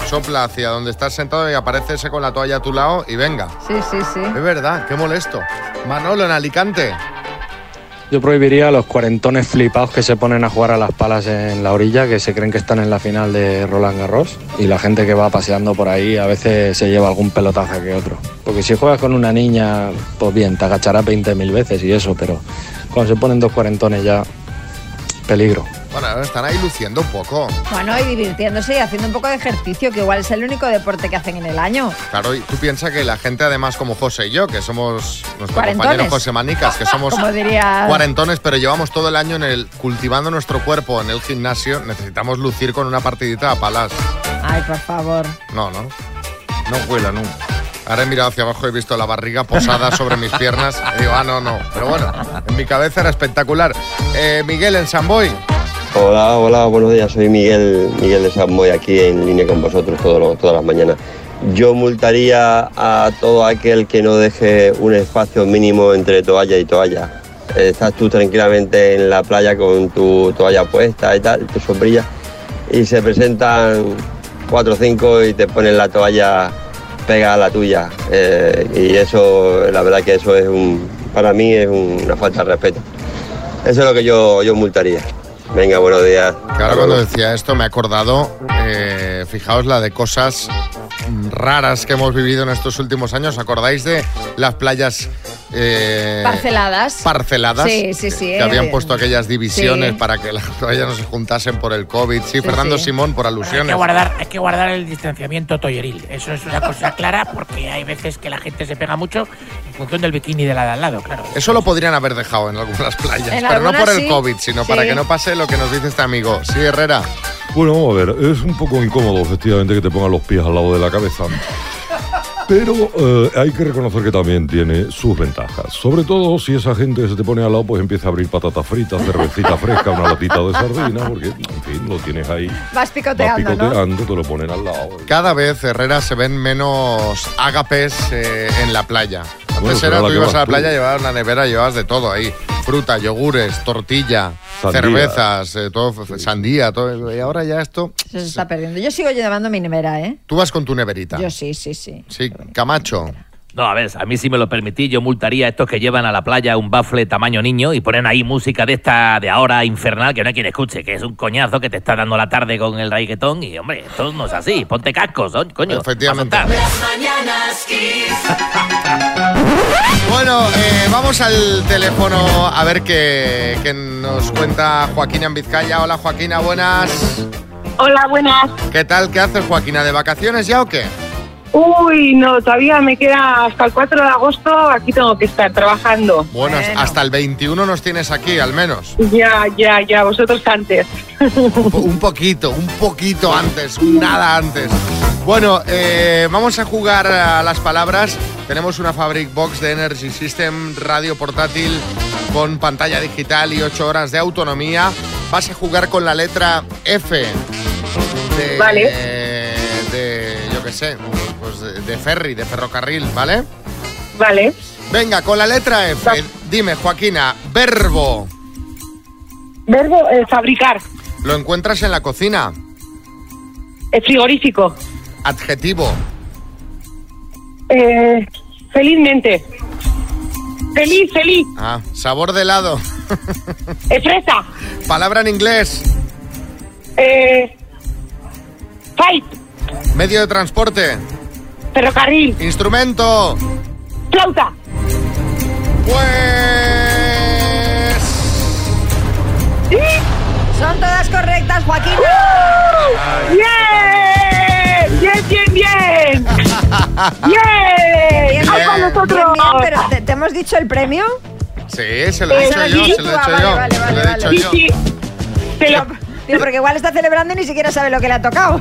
Speaker 3: sopla hacia donde estás sentado y aparece ese con la toalla a tu lado y venga.
Speaker 5: Sí, sí, sí.
Speaker 3: Es verdad, qué molesto. Manolo en Alicante.
Speaker 10: Yo prohibiría a los cuarentones flipados que se ponen a jugar a las palas en la orilla, que se creen que están en la final de Roland Garros, y la gente que va paseando por ahí a veces se lleva algún pelotaje que otro. Porque si juegas con una niña, pues bien, te agachará 20.000 veces y eso, pero cuando se ponen dos cuarentones ya, peligro.
Speaker 3: Bueno, ahora están ahí luciendo un poco.
Speaker 5: Bueno, y divirtiéndose y haciendo un poco de ejercicio, que igual es el único deporte que hacen en el año.
Speaker 3: Claro, y tú piensas que la gente, además, como José y yo, que somos nuestro
Speaker 5: Cuarentones.
Speaker 3: compañero José Manicas, que somos
Speaker 5: Como diría-
Speaker 3: cuarentones, pero llevamos todo el año en el cultivando nuestro cuerpo en el gimnasio, necesitamos lucir con una partidita a palas.
Speaker 5: Ay, por favor.
Speaker 3: No, no. No cuela, no. Ahora he mirado hacia abajo y he visto la barriga posada sobre mis piernas. Y digo, ah, no, no. Pero bueno, en mi cabeza era espectacular. Eh, Miguel en Samboy.
Speaker 15: Hola, hola, buenos días. Soy Miguel, Miguel de San Moy, aquí en línea con vosotros todo lo- todas las mañanas. Yo multaría a todo aquel que no deje un espacio mínimo entre toalla y toalla. Estás tú tranquilamente en la playa con tu toalla puesta y tal, tu sombrilla, y se presentan cuatro o cinco y te ponen la toalla pega a la tuya. Eh, y eso, la verdad que eso es un, para mí es un- una falta de respeto. Eso es lo que yo, yo multaría. Venga, buenos días.
Speaker 3: Claro, cuando decía esto me he acordado, eh, fijaos la de cosas mm, raras que hemos vivido en estos últimos años. ¿Acordáis de las playas eh,
Speaker 5: Parceladas.
Speaker 3: parceladas?
Speaker 5: Sí, sí, sí.
Speaker 3: Que
Speaker 5: eh.
Speaker 3: habían puesto aquellas divisiones
Speaker 5: Sí.
Speaker 3: para que las toallas no se juntasen por el COVID. Sí, Fernando
Speaker 16: sí.
Speaker 3: Simón, por
Speaker 16: Hay que,
Speaker 3: alusiones.
Speaker 16: guardar, hay que guardar el distanciamiento toyeril. Eso es una cosa clara porque hay veces que la gente se pega mucho en función del bikini de la de al lado, claro.
Speaker 3: Eso lo podrían haber dejado en algunas playas,
Speaker 16: En
Speaker 3: pero no
Speaker 16: algunas
Speaker 3: por el
Speaker 16: sí.
Speaker 3: COVID, sino para
Speaker 16: Sí.
Speaker 3: que no pase lo que nos dice este amigo. Sí, Herrera.
Speaker 18: Bueno, vamos a ver, es un poco incómodo efectivamente que te pongan los pies al lado de la cabeza. Pero eh, hay que reconocer que también tiene sus ventajas. Sobre todo si esa gente que se te pone al lado, pues empieza a abrir patatas fritas, cervecita fresca, una latita de sardina, porque, en fin, lo tienes ahí.
Speaker 5: Vas
Speaker 18: Vas
Speaker 5: picoteando, ¿no?
Speaker 18: picoteando, te lo ponen al lado.
Speaker 3: Cada vez, Herrera, se ven menos ágapes eh, en la playa. Antes
Speaker 18: Bueno, será
Speaker 3: era,
Speaker 18: la
Speaker 3: tú
Speaker 18: que
Speaker 3: ibas
Speaker 18: vas
Speaker 3: a la
Speaker 18: tú.
Speaker 3: playa, llevabas la nevera, llevabas de todo ahí. Fruta, yogures, tortilla,
Speaker 18: Sandía.
Speaker 3: cervezas, eh, todo, sandía, todo. eso. Y ahora ya esto...
Speaker 5: Eso se está perdiendo. Yo sigo llevando mi nevera, ¿eh?
Speaker 3: Tú vas con tu neverita.
Speaker 5: Yo sí, sí, sí.
Speaker 3: Sí, Camacho.
Speaker 11: No, a ver, a mí si me lo permitís, yo multaría a estos que llevan a la playa un bafle tamaño niño y ponen ahí música de esta de ahora infernal que no hay quien escuche, que es un coñazo que te está dando la tarde con el reggaetón y, hombre, esto no es así. Ponte cascos, ¿no? coño. Efectivamente.
Speaker 1: Mañanas Kiss.
Speaker 3: Bueno, eh, vamos al teléfono a ver qué, qué nos cuenta Joaquina en Vizcaya. Hola, Joaquina, buenas.
Speaker 17: Hola, buenas.
Speaker 3: ¿Qué tal? ¿Qué haces, Joaquina? ¿De vacaciones ya o qué?
Speaker 17: Uy, no, todavía me queda hasta el 4 de agosto, aquí tengo que estar trabajando.
Speaker 3: Bueno, hasta el 21 nos tienes aquí, al menos.
Speaker 17: Ya, ya, ya, vosotros antes.
Speaker 3: Un po- un poquito, un poquito antes, un nada antes. Bueno, eh, vamos a jugar a las palabras. Tenemos una Fabric Box de Energy System, radio portátil con pantalla digital y 8 horas de autonomía. Vas a jugar con la letra F. De,
Speaker 17: Vale.
Speaker 3: De, yo qué sé, pues de, de ferry, de ferrocarril, ¿vale?
Speaker 17: Vale.
Speaker 3: Venga, con la letra F. Dime, Joaquina, verbo.
Speaker 17: Verbo eh, fabricar,
Speaker 3: ¿Lo encuentras en la cocina?
Speaker 17: el frigorífico.
Speaker 3: Adjetivo.
Speaker 17: Eh, felizmente. Feliz, feliz.
Speaker 3: Ah, sabor de helado.
Speaker 17: Eh, fresa.
Speaker 3: Palabra en inglés.
Speaker 17: Eh, fight.
Speaker 3: Medio de transporte.
Speaker 17: Ferrocarril.
Speaker 3: Instrumento.
Speaker 17: Flauta.
Speaker 3: Pues
Speaker 5: ¿Sí? Son todas correctas, Joaquín.
Speaker 17: ¡Bien! ¡Bien, bien, bien! ¡Bien!
Speaker 5: Bien.
Speaker 17: ¡Ay, cuando
Speaker 2: nosotros.
Speaker 5: Premio, pero ¿te, te hemos dicho el premio?
Speaker 3: Sí, se lo he
Speaker 5: Eh,
Speaker 3: dicho
Speaker 5: se lo
Speaker 3: yo,
Speaker 5: has
Speaker 3: se lo he
Speaker 5: dicho tú,
Speaker 3: dicho
Speaker 5: ah,
Speaker 3: yo.
Speaker 5: vale,
Speaker 3: se lo he dicho
Speaker 5: vale,
Speaker 3: yo.
Speaker 5: vale. Digo, porque igual está celebrando y ni siquiera sabe lo que le ha tocado.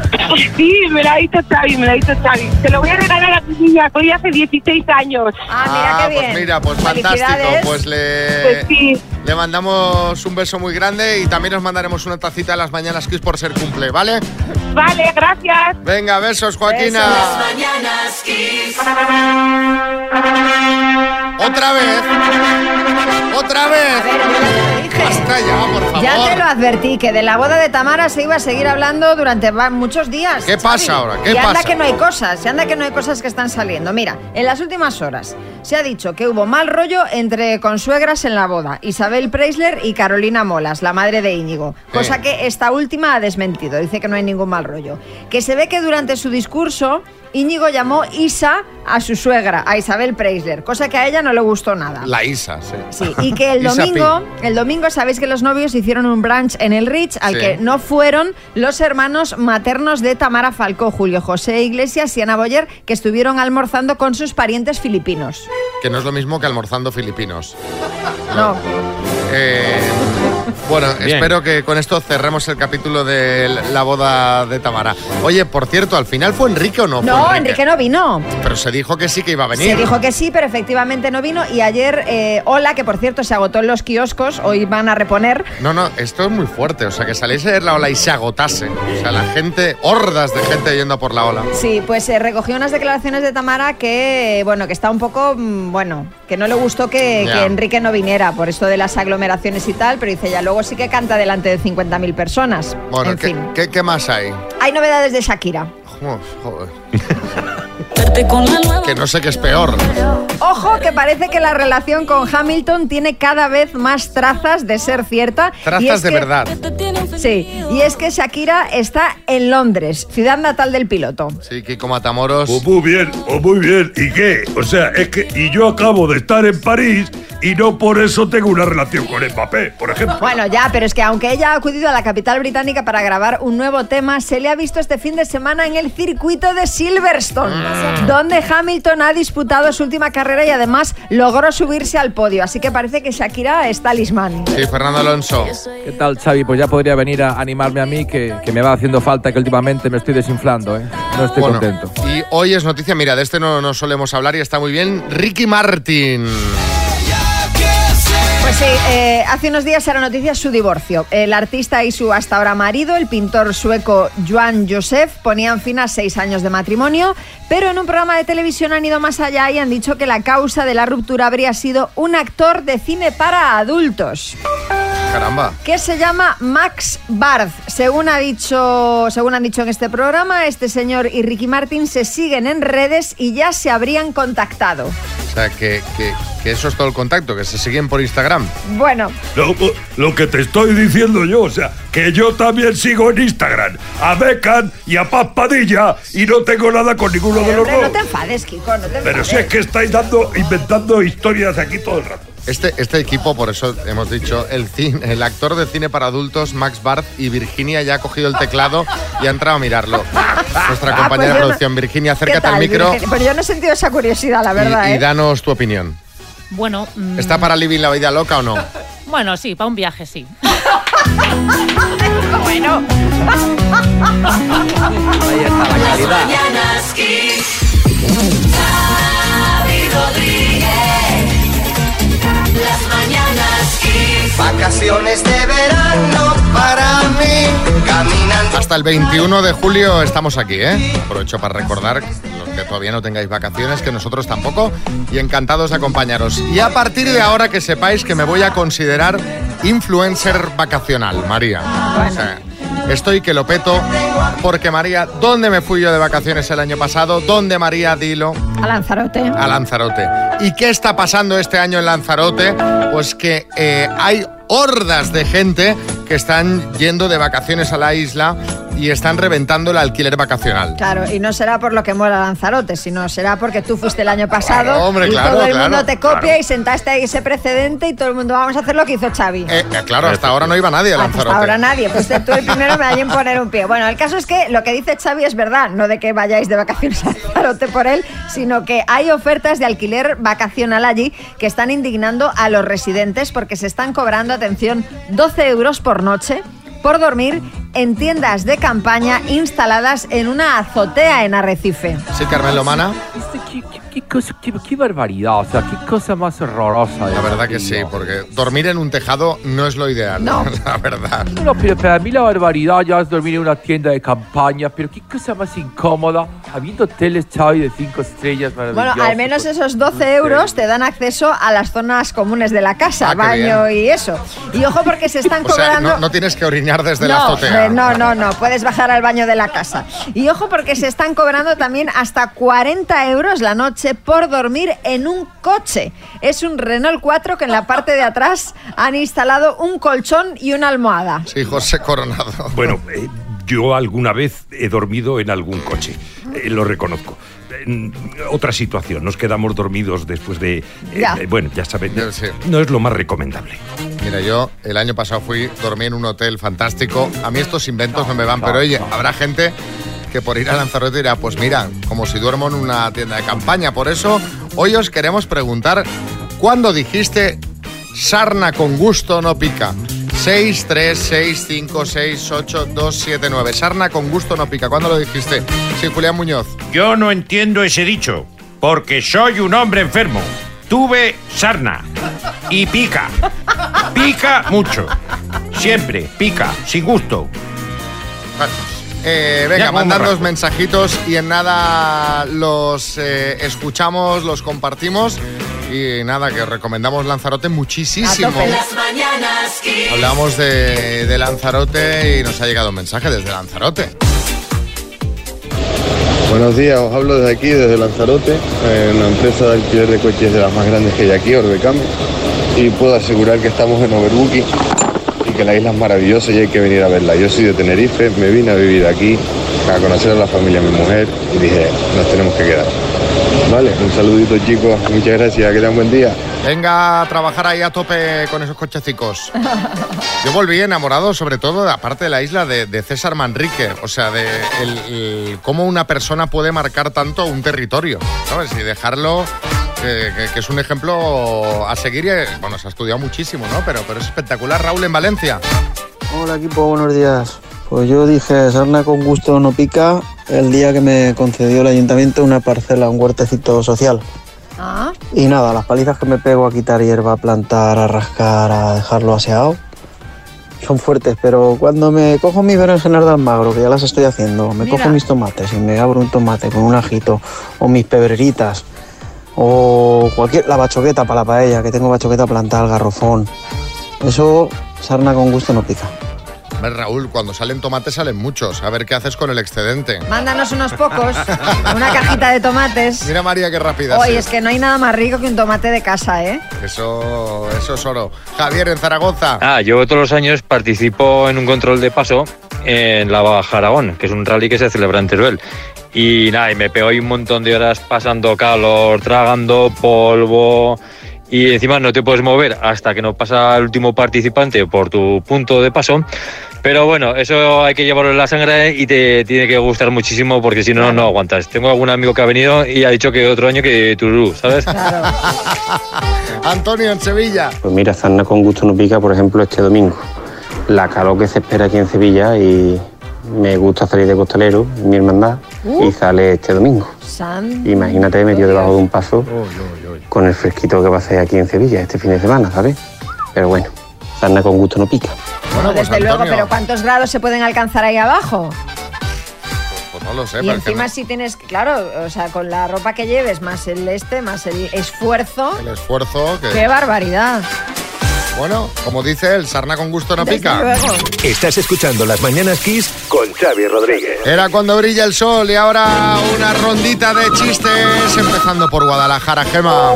Speaker 17: Sí, me la ha dicho Xavi, me la ha dicho Xavi. Se lo voy a regalar a mi niña, que hoy hace 16 años.
Speaker 3: Ah, Pues mira, pues fantástico.
Speaker 17: Felicidades.
Speaker 3: Pues le,
Speaker 17: Pues sí.
Speaker 3: le mandamos un beso muy grande y también os mandaremos una tacita a las mañanas Kiss por ser cumple, ¿vale?
Speaker 17: Vale, gracias.
Speaker 3: Venga, besos, Joaquina.
Speaker 1: mañanas Kiss.
Speaker 3: Otra vez. Otra vez. Basta ya, por favor.
Speaker 5: Ya te lo advertí, que de la boda de Tamara se iba a seguir hablando durante va- muchos días.
Speaker 3: ¿Qué pasa ahora? ¿Qué
Speaker 5: y anda
Speaker 3: pasa?
Speaker 5: que no hay cosas, y anda que no hay cosas que están saliendo. Mira, en las últimas horas se ha dicho que hubo mal rollo entre consuegras en la boda, Isabel Preisler y Carolina Molas, la madre de Íñigo,
Speaker 19: Sí.
Speaker 5: cosa que esta última ha desmentido, dice que no hay ningún mal rollo. Que se ve que durante su discurso Íñigo llamó Isa a su suegra, a Isabel Preisler, cosa que a ella no le gustó nada.
Speaker 3: La Isa, sí.
Speaker 5: Y que el
Speaker 3: Isa
Speaker 5: domingo,
Speaker 3: Pi.
Speaker 5: el domingo sabéis que los novios hicieron un brunch en el Rich al
Speaker 3: Sí.
Speaker 5: que no fueron los hermanos maternos de Tamara Falcó, Julio José Iglesias y Ana Boyer, que estuvieron almorzando con sus parientes filipinos.
Speaker 3: Que no es lo mismo que almorzando filipinos.
Speaker 5: No.
Speaker 3: Eh, bueno, espero que con esto cerremos el capítulo de la boda de Tamara. Oye, por cierto, ¿al final fue Enrique o no?
Speaker 5: No,
Speaker 3: fue
Speaker 5: Enrique no vino.
Speaker 3: Pero se dijo que sí que iba a venir.
Speaker 5: Se dijo que sí, pero efectivamente no vino. Y ayer, eh, Hola, que por cierto se agotó en los kioscos, hoy van a reponer.
Speaker 3: No, no, esto es muy fuerte. O sea, que saliese de la ola y se agotase. O sea, la gente, hordas de gente yendo a por la ola.
Speaker 5: Sí, pues se recogió unas declaraciones de Tamara que, eh, bueno, que está un poco, mm, bueno, que no le gustó que,
Speaker 3: Ya.
Speaker 5: que Enrique no viniera por esto de las aglomeraciones y tal, pero dice ya luego sí que canta delante de 50.000 personas.
Speaker 3: Bueno, ¿qué, qué- qué más hay?
Speaker 5: Hay novedades de Shakira.
Speaker 3: Uf, joder. que no sé qué es peor.
Speaker 5: Ojo, que parece que la relación con Hamilton tiene cada vez más trazas de ser cierta. Y
Speaker 3: Trazas
Speaker 5: es
Speaker 3: de
Speaker 5: que-
Speaker 3: verdad.
Speaker 5: Sí, y es que Shakira está en Londres, ciudad natal del piloto.
Speaker 3: Sí, Kiko Matamoros.
Speaker 20: O Pues muy bien, o muy bien. ¿Y qué? O sea, es que y yo acabo de estar en París y no por eso tengo una relación con Mbappé, por ejemplo.
Speaker 5: Bueno, ya, pero es que aunque ella ha acudido a la capital británica para grabar un nuevo tema, se le ha visto este fin de semana en el circuito de Silverstone,
Speaker 20: Ah.
Speaker 5: donde Hamilton ha disputado su última carrera y además logró subirse al podio. Así que parece que Shakira es talismán.
Speaker 3: Sí, Fernando Alonso.
Speaker 12: ¿Qué tal, Xavi? Pues ya podría venir a animarme a mí, que, que me va haciendo falta, que últimamente me estoy desinflando, ¿eh? No estoy
Speaker 3: Bueno,
Speaker 12: contento.
Speaker 3: Y hoy es noticia, mira, de este no, no solemos hablar y está muy bien. Ricky Martin.
Speaker 5: Pues sí, eh, hace unos días era noticia su divorcio. El artista y su hasta ahora marido, el pintor sueco Joan Josef, ponían fin a seis años de matrimonio, pero en un programa de televisión han ido más allá y han dicho que la causa de la ruptura habría sido un actor de cine para adultos
Speaker 3: Caramba.
Speaker 5: que se llama Max Barth. Según, ha dicho, según han dicho en este programa, este señor y Ricky Martin se siguen en redes y ya se habrían contactado.
Speaker 3: O sea, que, que- que eso es todo el contacto, que se siguen por Instagram.
Speaker 5: Bueno,
Speaker 20: Lo, lo que te estoy diciendo yo, o sea, que yo también sigo en Instagram a Beckham y a Paz Padilla y no tengo nada con ninguno de los
Speaker 5: hombre, no
Speaker 20: dos.
Speaker 5: te enfades, Kiko, no te
Speaker 20: Pero
Speaker 5: enfades.
Speaker 20: si es que estáis dando, inventando historias aquí todo el rato.
Speaker 3: Este, este equipo, por eso hemos dicho, el, cin- el actor de cine para adultos, Max Barth, y Virginia ya ha cogido el teclado y ha entrado a mirarlo. Nuestra
Speaker 5: Ah,
Speaker 3: compañera
Speaker 5: pues yo
Speaker 3: de
Speaker 5: no-
Speaker 3: producción, Virginia, acércate
Speaker 5: ¿Qué
Speaker 3: al
Speaker 5: tal,
Speaker 3: micro
Speaker 5: Virgen? Pero yo no he sentido esa curiosidad, la
Speaker 3: y-
Speaker 5: verdad.
Speaker 3: y,
Speaker 5: ¿eh?
Speaker 3: danos tu opinión.
Speaker 21: Bueno, mm,
Speaker 3: ¿Está para Living la Vida Loca o no?
Speaker 21: bueno, sí, para un viaje sí.
Speaker 5: bueno.
Speaker 1: Ahí está la calidad. Mañanas Kiss. Xavi Rodríguez. Las mañanas Kiss. Vacaciones de verano para mí. Caminando.
Speaker 3: Hasta el 21 de julio estamos aquí, ¿eh? Aprovecho para recordar, los que todavía no tengáis vacaciones, que nosotros tampoco, y encantados de acompañaros. Y a partir de ahora que sepáis que me voy a considerar influencer vacacional, María. O sea, estoy que lo peto, porque María, ¿dónde me fui yo de vacaciones el año pasado? ¿Dónde María Dilo?
Speaker 5: A Lanzarote.
Speaker 3: a Lanzarote. ¿Y qué está pasando este año en Lanzarote? Pues que eh, hay hordas de gente que están yendo de vacaciones a la isla y están reventando el alquiler vacacional.
Speaker 5: Claro, y no será por lo que muera Lanzarote, sino será porque tú fuiste el año pasado
Speaker 3: Claro, hombre,
Speaker 5: y
Speaker 3: claro,
Speaker 5: todo el
Speaker 3: claro,
Speaker 5: mundo te copia
Speaker 3: claro.
Speaker 5: y sentaste ahí ese precedente y todo el mundo vamos a hacer lo que hizo Xavi.
Speaker 3: Eh, eh, claro, hasta ahora no iba nadie a
Speaker 5: Hasta
Speaker 3: Lanzarote.
Speaker 5: Ah, ahora nadie, pues tú el primero me da en poner un pie. Bueno, el caso es que lo que dice Xavi es verdad, no de que vayáis de vacaciones a Lanzarote por él, sino que hay ofertas de alquiler vacacional allí que están indignando a los residentes porque se están cobrando, atención, 12 euros por noche por dormir en tiendas de campaña instaladas en una azotea en Arrecife.
Speaker 3: Sí, Carmen Lomana.
Speaker 12: Este, ¿Qué, qué- qué cosa- qué- qué barbaridad, o sea, qué cosa más horrorosa.
Speaker 3: La verdad que sí, porque dormir en un tejado no es lo ideal, la verdad.
Speaker 12: No, pero para mí la barbaridad ya es dormir en una tienda de campaña, pero qué cosa más incómoda, habiendo hoteles Xavi de cinco estrellas
Speaker 5: Bueno,
Speaker 12: maravillosos.
Speaker 5: al menos
Speaker 3: pues,
Speaker 5: esos 12 euros te dan acceso a las zonas comunes de la casa,
Speaker 3: Ah, qué
Speaker 5: baño y eso. Y ojo porque se están
Speaker 3: O sea,
Speaker 5: cobrando...
Speaker 3: no, no tienes que orinar desde la
Speaker 5: no,
Speaker 3: azotea.
Speaker 5: eh, no, no, no, puedes bajar al baño de la casa. Y ojo porque se están cobrando también hasta 40 euros la noche por dormir en un coche. Es un Renault 4 que en la parte de atrás han instalado un colchón y una almohada.
Speaker 3: Sí, José Coronado.
Speaker 20: Bueno, eh, yo alguna vez he dormido en algún coche, eh, lo reconozco.
Speaker 13: Eh,
Speaker 20: En otra situación, nos quedamos dormidos después de... eh,
Speaker 5: Ya.
Speaker 20: eh, bueno, ya saben, no es lo más recomendable.
Speaker 3: Mira, yo el año pasado fui, dormí en un hotel fantástico. A mí estos inventos no me van, pero oye, habrá gente que por ir a Lanzarote dirá, pues mira, como si duermo en una tienda de campaña. Por eso, hoy os queremos preguntar, ¿cuándo dijiste sarna con gusto no pica? 6, 3, 6, 5, 6, 8, 2, 7, 9. Sarna con gusto no pica. ¿Cuándo lo dijiste? Sí, Julián Muñoz.
Speaker 13: Yo no entiendo ese dicho, porque soy un hombre enfermo. Tuve sarna y pica. Pica mucho. Siempre, pica, sin gusto.
Speaker 3: Eh,
Speaker 13: Ya,
Speaker 3: venga,
Speaker 13: como un
Speaker 3: mandadnos
Speaker 13: barranco.
Speaker 3: mensajitos y en nada los eh, escuchamos, los compartimos y nada, que os recomendamos Lanzarote muchísimo.
Speaker 1: mañanas Kiss.
Speaker 3: Hablamos de, de Lanzarote y nos ha llegado un mensaje desde Lanzarote.
Speaker 4: Buenos días, os hablo desde aquí, desde Lanzarote, eh, una empresa de alquiler de coches de las más grandes que hay aquí, Orbecame, y puedo asegurar que estamos en Overbooking y que la isla es maravillosa y hay que venir a verla. Yo soy de Tenerife, me vine a vivir aquí, a conocer a la familia de mi mujer y dije, nos tenemos que quedar. Vale, un saludito chicos, muchas gracias, que tengan buen día.
Speaker 3: Venga a trabajar ahí a tope con esos cochecicos. Yo volví enamorado, sobre todo, de, aparte de la isla, de, de César Manrique. O sea, de el- el- cómo una persona puede marcar tanto un territorio, ¿sabes? Y dejarlo, eh, que, que es un ejemplo a seguir. y, eh, Bueno, se ha estudiado muchísimo, ¿no? Pero, pero es espectacular. Raúl en Valencia.
Speaker 8: Hola equipo, buenos días. Pues yo dije, sarna con gusto no pica, el día que me concedió el ayuntamiento una parcela, un huertecito social.
Speaker 5: Ah,
Speaker 8: Y nada, las palizas que me pego a quitar hierba, a plantar, a rascar, a dejarlo aseado, son fuertes, pero cuando me cojo mis berenjenas de Almagro, que ya las estoy haciendo, me
Speaker 19: Mira.
Speaker 8: cojo mis tomates y me abro un tomate con un ajito, o mis pebreritas, o cualquier, la bachoqueta para la paella, que tengo bachoqueta plantada, el garrofón, eso sarna con gusto no pica.
Speaker 3: A ver, Raúl, cuando salen tomates salen muchos. A ver qué haces con el excedente.
Speaker 5: mándanos unos pocos, una cajita de tomates.
Speaker 3: Mira, María, qué rápida.
Speaker 5: Oye,
Speaker 3: sí.
Speaker 5: es que no hay nada más rico que un tomate de casa, ¿eh?
Speaker 3: Eso, eso es oro. Javier en Zaragoza.
Speaker 22: Ah, yo todos los años participo en un control de paso en la Baja Aragón, que es un rally que se celebra en Teruel. Y nada, y me pego ahí un montón de horas pasando calor, tragando polvo. Y encima no te puedes mover hasta que no pasa el último participante por tu punto de paso. Pero bueno, eso hay que llevarlo en la sangre y te tiene que gustar muchísimo porque si no, no aguantas. Tengo algún amigo que ha venido y ha dicho que otro año que tururú, ¿sabes?
Speaker 3: Antonio en Sevilla.
Speaker 23: Pues mira, zarna con gusto no pica, por ejemplo, este domingo. La calor que se espera aquí en Sevilla y me gusta salir de costalero, mi hermandad,
Speaker 5: Uh.
Speaker 23: y sale este domingo.
Speaker 5: San...
Speaker 23: Imagínate metido debajo de un paso con el fresquito que va a hacer aquí en Sevilla este fin de semana, ¿sabes? Pero bueno, zarna con gusto no pica.
Speaker 5: Bueno, pues desde luego,
Speaker 23: Antonio.
Speaker 5: pero ¿cuántos grados se pueden alcanzar ahí abajo?
Speaker 3: Pues no lo sé,
Speaker 5: y
Speaker 3: pero es que
Speaker 5: encima
Speaker 3: no-
Speaker 5: si tienes, claro, o sea, con la ropa que lleves, más el este, más el esfuerzo,
Speaker 3: el esfuerzo que...
Speaker 5: qué barbaridad.
Speaker 3: Bueno, como dice él, sarna con gusto no pica.
Speaker 27: Estás escuchando Las Mañanas Kiss con Xavi Rodríguez.
Speaker 3: Era cuando brilla el sol y ahora una rondita de chistes, empezando por Guadalajara, Gema.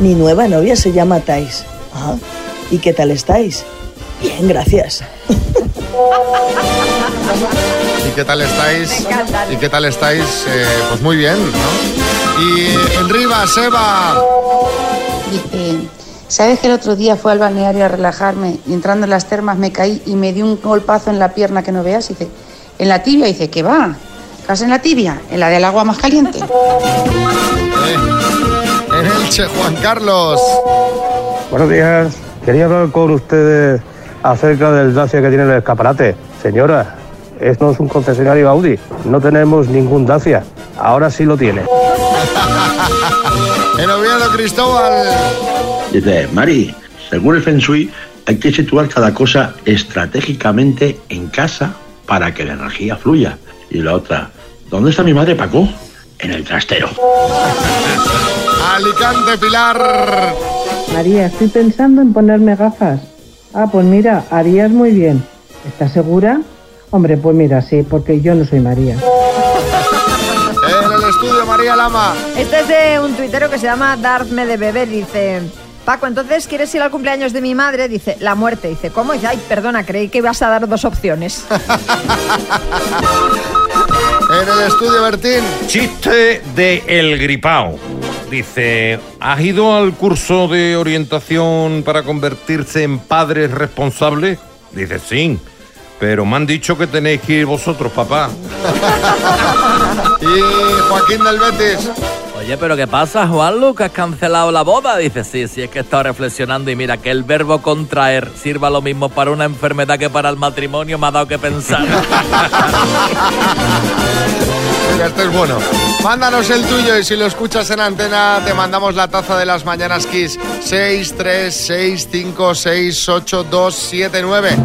Speaker 29: Mi nueva novia se llama Thais. Ah, ¿Y qué tal estáis?
Speaker 6: Bien, gracias.
Speaker 3: ¿Y qué tal estáis?
Speaker 5: Me encantan.
Speaker 3: ¿Y qué tal estáis? Eh, pues muy bien, ¿no? Y Enriba, Seba.
Speaker 7: Dice, ¿sabes que el otro día fue al balneario a relajarme y entrando en las termas me caí y me di un golpazo en la pierna que no veas? Dice, ¿en la tibia? Dice, ¿qué va? ¿Estás en la tibia? ¿En la del agua más caliente?
Speaker 3: En Elche, Juan Carlos.
Speaker 14: Buenos días. Quería hablar con ustedes acerca del Dacia que tiene en el escaparate. Señora, esto no es un concesionario Audi. No tenemos ningún Dacia. Ahora sí lo tiene.
Speaker 3: En Oviedo, Cristóbal.
Speaker 19: Dice, Mari, según el Feng Shui, hay que situar cada cosa estratégicamente en casa para que la energía fluya. Y la otra, ¿dónde está mi madre, Paco? En el trastero.
Speaker 3: Alicante, Pilar.
Speaker 26: María, estoy pensando en ponerme gafas. Ah, pues mira, harías muy bien. ¿Estás segura? Hombre, pues mira, sí, porque yo no soy María.
Speaker 3: En el estudio, María Lama.
Speaker 5: Este es de un tuitero que se llama Darme de Beber. Dice, Paco, entonces quieres ir al cumpleaños de mi madre? Dice, la muerte. Dice, ¿cómo? Dice, ay, perdona, creí que ibas a dar dos opciones.
Speaker 3: En el Eh, estudio, Bertín.
Speaker 13: Chiste de El Gripao. Dice, ¿has ido al curso de orientación para convertirse en padres responsables? Dice, sí, pero me han dicho que tenéis que ir vosotros, papá.
Speaker 3: Y Joaquín del Betis.
Speaker 11: Oye, pero ¿qué pasa, Juanlu? ¿Que has cancelado la boda? Dice, sí, sí, es que he estado reflexionando y mira, que el verbo contraer sirva lo mismo para una enfermedad que para el matrimonio me ha dado que pensar.
Speaker 3: Venga, este es bueno. Mándanos el tuyo y si lo escuchas en antena te mandamos la taza de las mañanas Kiss 6, 3, 6, 5, 6, 8, 2, 7, 9.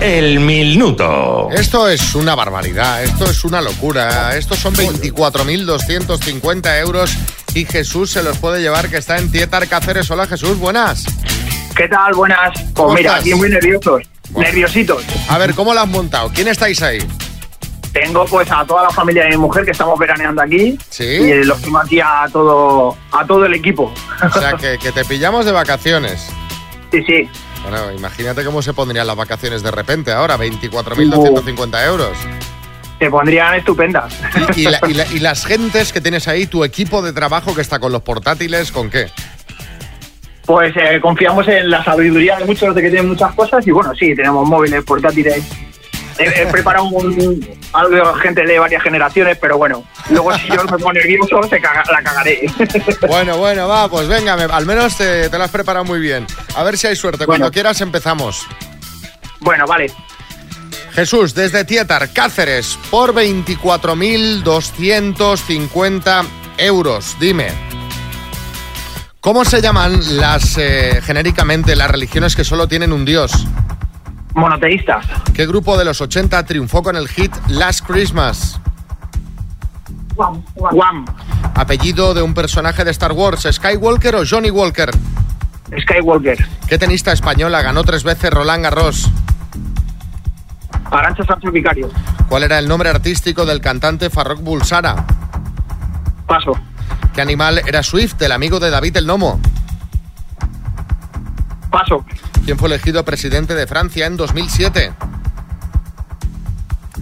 Speaker 13: El minuto.
Speaker 3: Esto es una barbaridad, esto es una locura. Estos son 24.250 euros y Jesús se los puede llevar que está en Tietar Cáceres. Hola Jesús, buenas.
Speaker 28: ¿Qué tal? Buenas.
Speaker 3: ¿Cómo
Speaker 28: Pues mira,
Speaker 3: estás?
Speaker 28: aquí muy nerviosos.
Speaker 3: Bueno.
Speaker 28: Nerviositos.
Speaker 3: A ver, ¿cómo la has montado? ¿Quién estáis ahí?
Speaker 28: Tengo pues a toda la familia de mi mujer que estamos veraneando aquí.
Speaker 3: Sí.
Speaker 28: Y eh, los tengo aquí a todo, a todo el equipo.
Speaker 3: O sea, que, que te pillamos de vacaciones.
Speaker 28: Sí, sí.
Speaker 3: Bueno, imagínate cómo se pondrían las vacaciones de repente ahora, 24.250 euros.
Speaker 28: Se pondrían estupendas.
Speaker 3: Y, y la- y la- y las gentes que tienes ahí, tu equipo de trabajo que está con los portátiles, ¿con qué?
Speaker 28: Pues eh, confiamos en la sabiduría de muchos de que tienen muchas cosas. Y bueno, sí, tenemos móviles, portátiles. He, he preparado un- algo de gente de varias generaciones, pero bueno. Luego si yo me pongo nervioso, se caga- la cagaré.
Speaker 3: Bueno, bueno, va, pues venga, me- al menos te, te lo has preparado muy bien. A ver si hay suerte. Cuando quieras empezamos.
Speaker 28: Bueno, vale.
Speaker 3: Jesús, desde Tietar, Cáceres, por 24.250 euros. Dime, ¿cómo se llaman las eh, genéricamente las religiones que solo tienen un dios?
Speaker 28: Monoteístas.
Speaker 3: ¿Qué grupo de los 80 triunfó con el hit Last Christmas?
Speaker 28: Guam.
Speaker 3: Apellido de un personaje de Star Wars, Skywalker o Johnny Walker.
Speaker 28: Skywalker.
Speaker 3: ¿Qué tenista española ganó tres veces Roland Garros?
Speaker 28: Arancha Sánchez Vicario.
Speaker 3: ¿Cuál era el nombre artístico del cantante Farrokh Bulsara?
Speaker 28: Paso.
Speaker 3: ¿Qué animal era Swift, el amigo de David el Nomo?
Speaker 28: Paso.
Speaker 3: ¿Quién fue elegido presidente de Francia en 2007?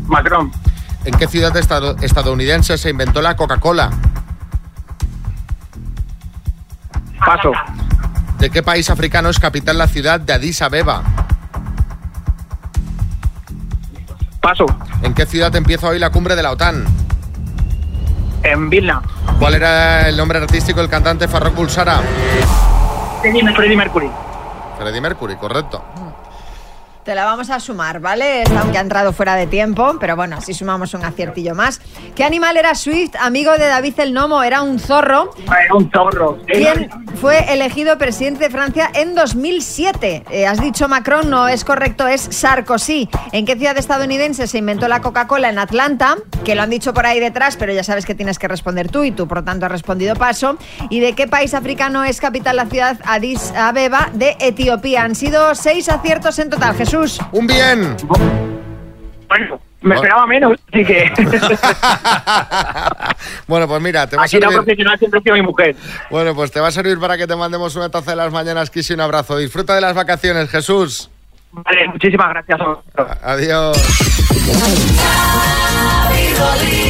Speaker 28: Macron.
Speaker 3: ¿En qué ciudad estado- estadounidense se inventó la Coca-Cola?
Speaker 28: Paso.
Speaker 3: ¿De qué país africano es capital la ciudad de Addis Abeba?
Speaker 28: Paso.
Speaker 3: ¿En qué ciudad empieza hoy la cumbre de la OTAN?
Speaker 28: En Vilna.
Speaker 3: ¿Cuál era el nombre artístico del cantante Farrokh Bulsara?
Speaker 28: Freddie Mercury.
Speaker 3: Freddie Mercury, correcto.
Speaker 5: Te la vamos a sumar, ¿vale? Esta, Aunque ha entrado fuera de tiempo, pero bueno, así sumamos un aciertillo más. ¿Qué animal era Swift, amigo de David el Nomo? Era un zorro.
Speaker 28: Era un zorro.
Speaker 5: ¿Quién fue elegido presidente de Francia en 2007? Eh, has dicho Macron, no es correcto, es Sarkozy. ¿En qué ciudad estadounidense se inventó la Coca-Cola en Atlanta? Que lo han dicho por ahí detrás, pero ya sabes que tienes que responder tú y tú, por tanto, has respondido paso. ¿Y de qué país africano es capital la ciudad Addis Abeba de Etiopía? Han sido seis aciertos en total, Jesús.
Speaker 3: Un bien.
Speaker 28: Bueno,
Speaker 1: Me esperaba menos, así que.
Speaker 3: Bueno, pues mira, te va a
Speaker 1: Aquí la
Speaker 3: servir.
Speaker 1: profesional siempre ha sido mi mujer.
Speaker 3: Bueno, pues te va a servir para que te mandemos una taza de las mañanas, Kiss y un abrazo. Disfruta de las vacaciones, Jesús.
Speaker 1: Vale, muchísimas gracias.
Speaker 3: Adiós.
Speaker 14: Xavi Rodríguez.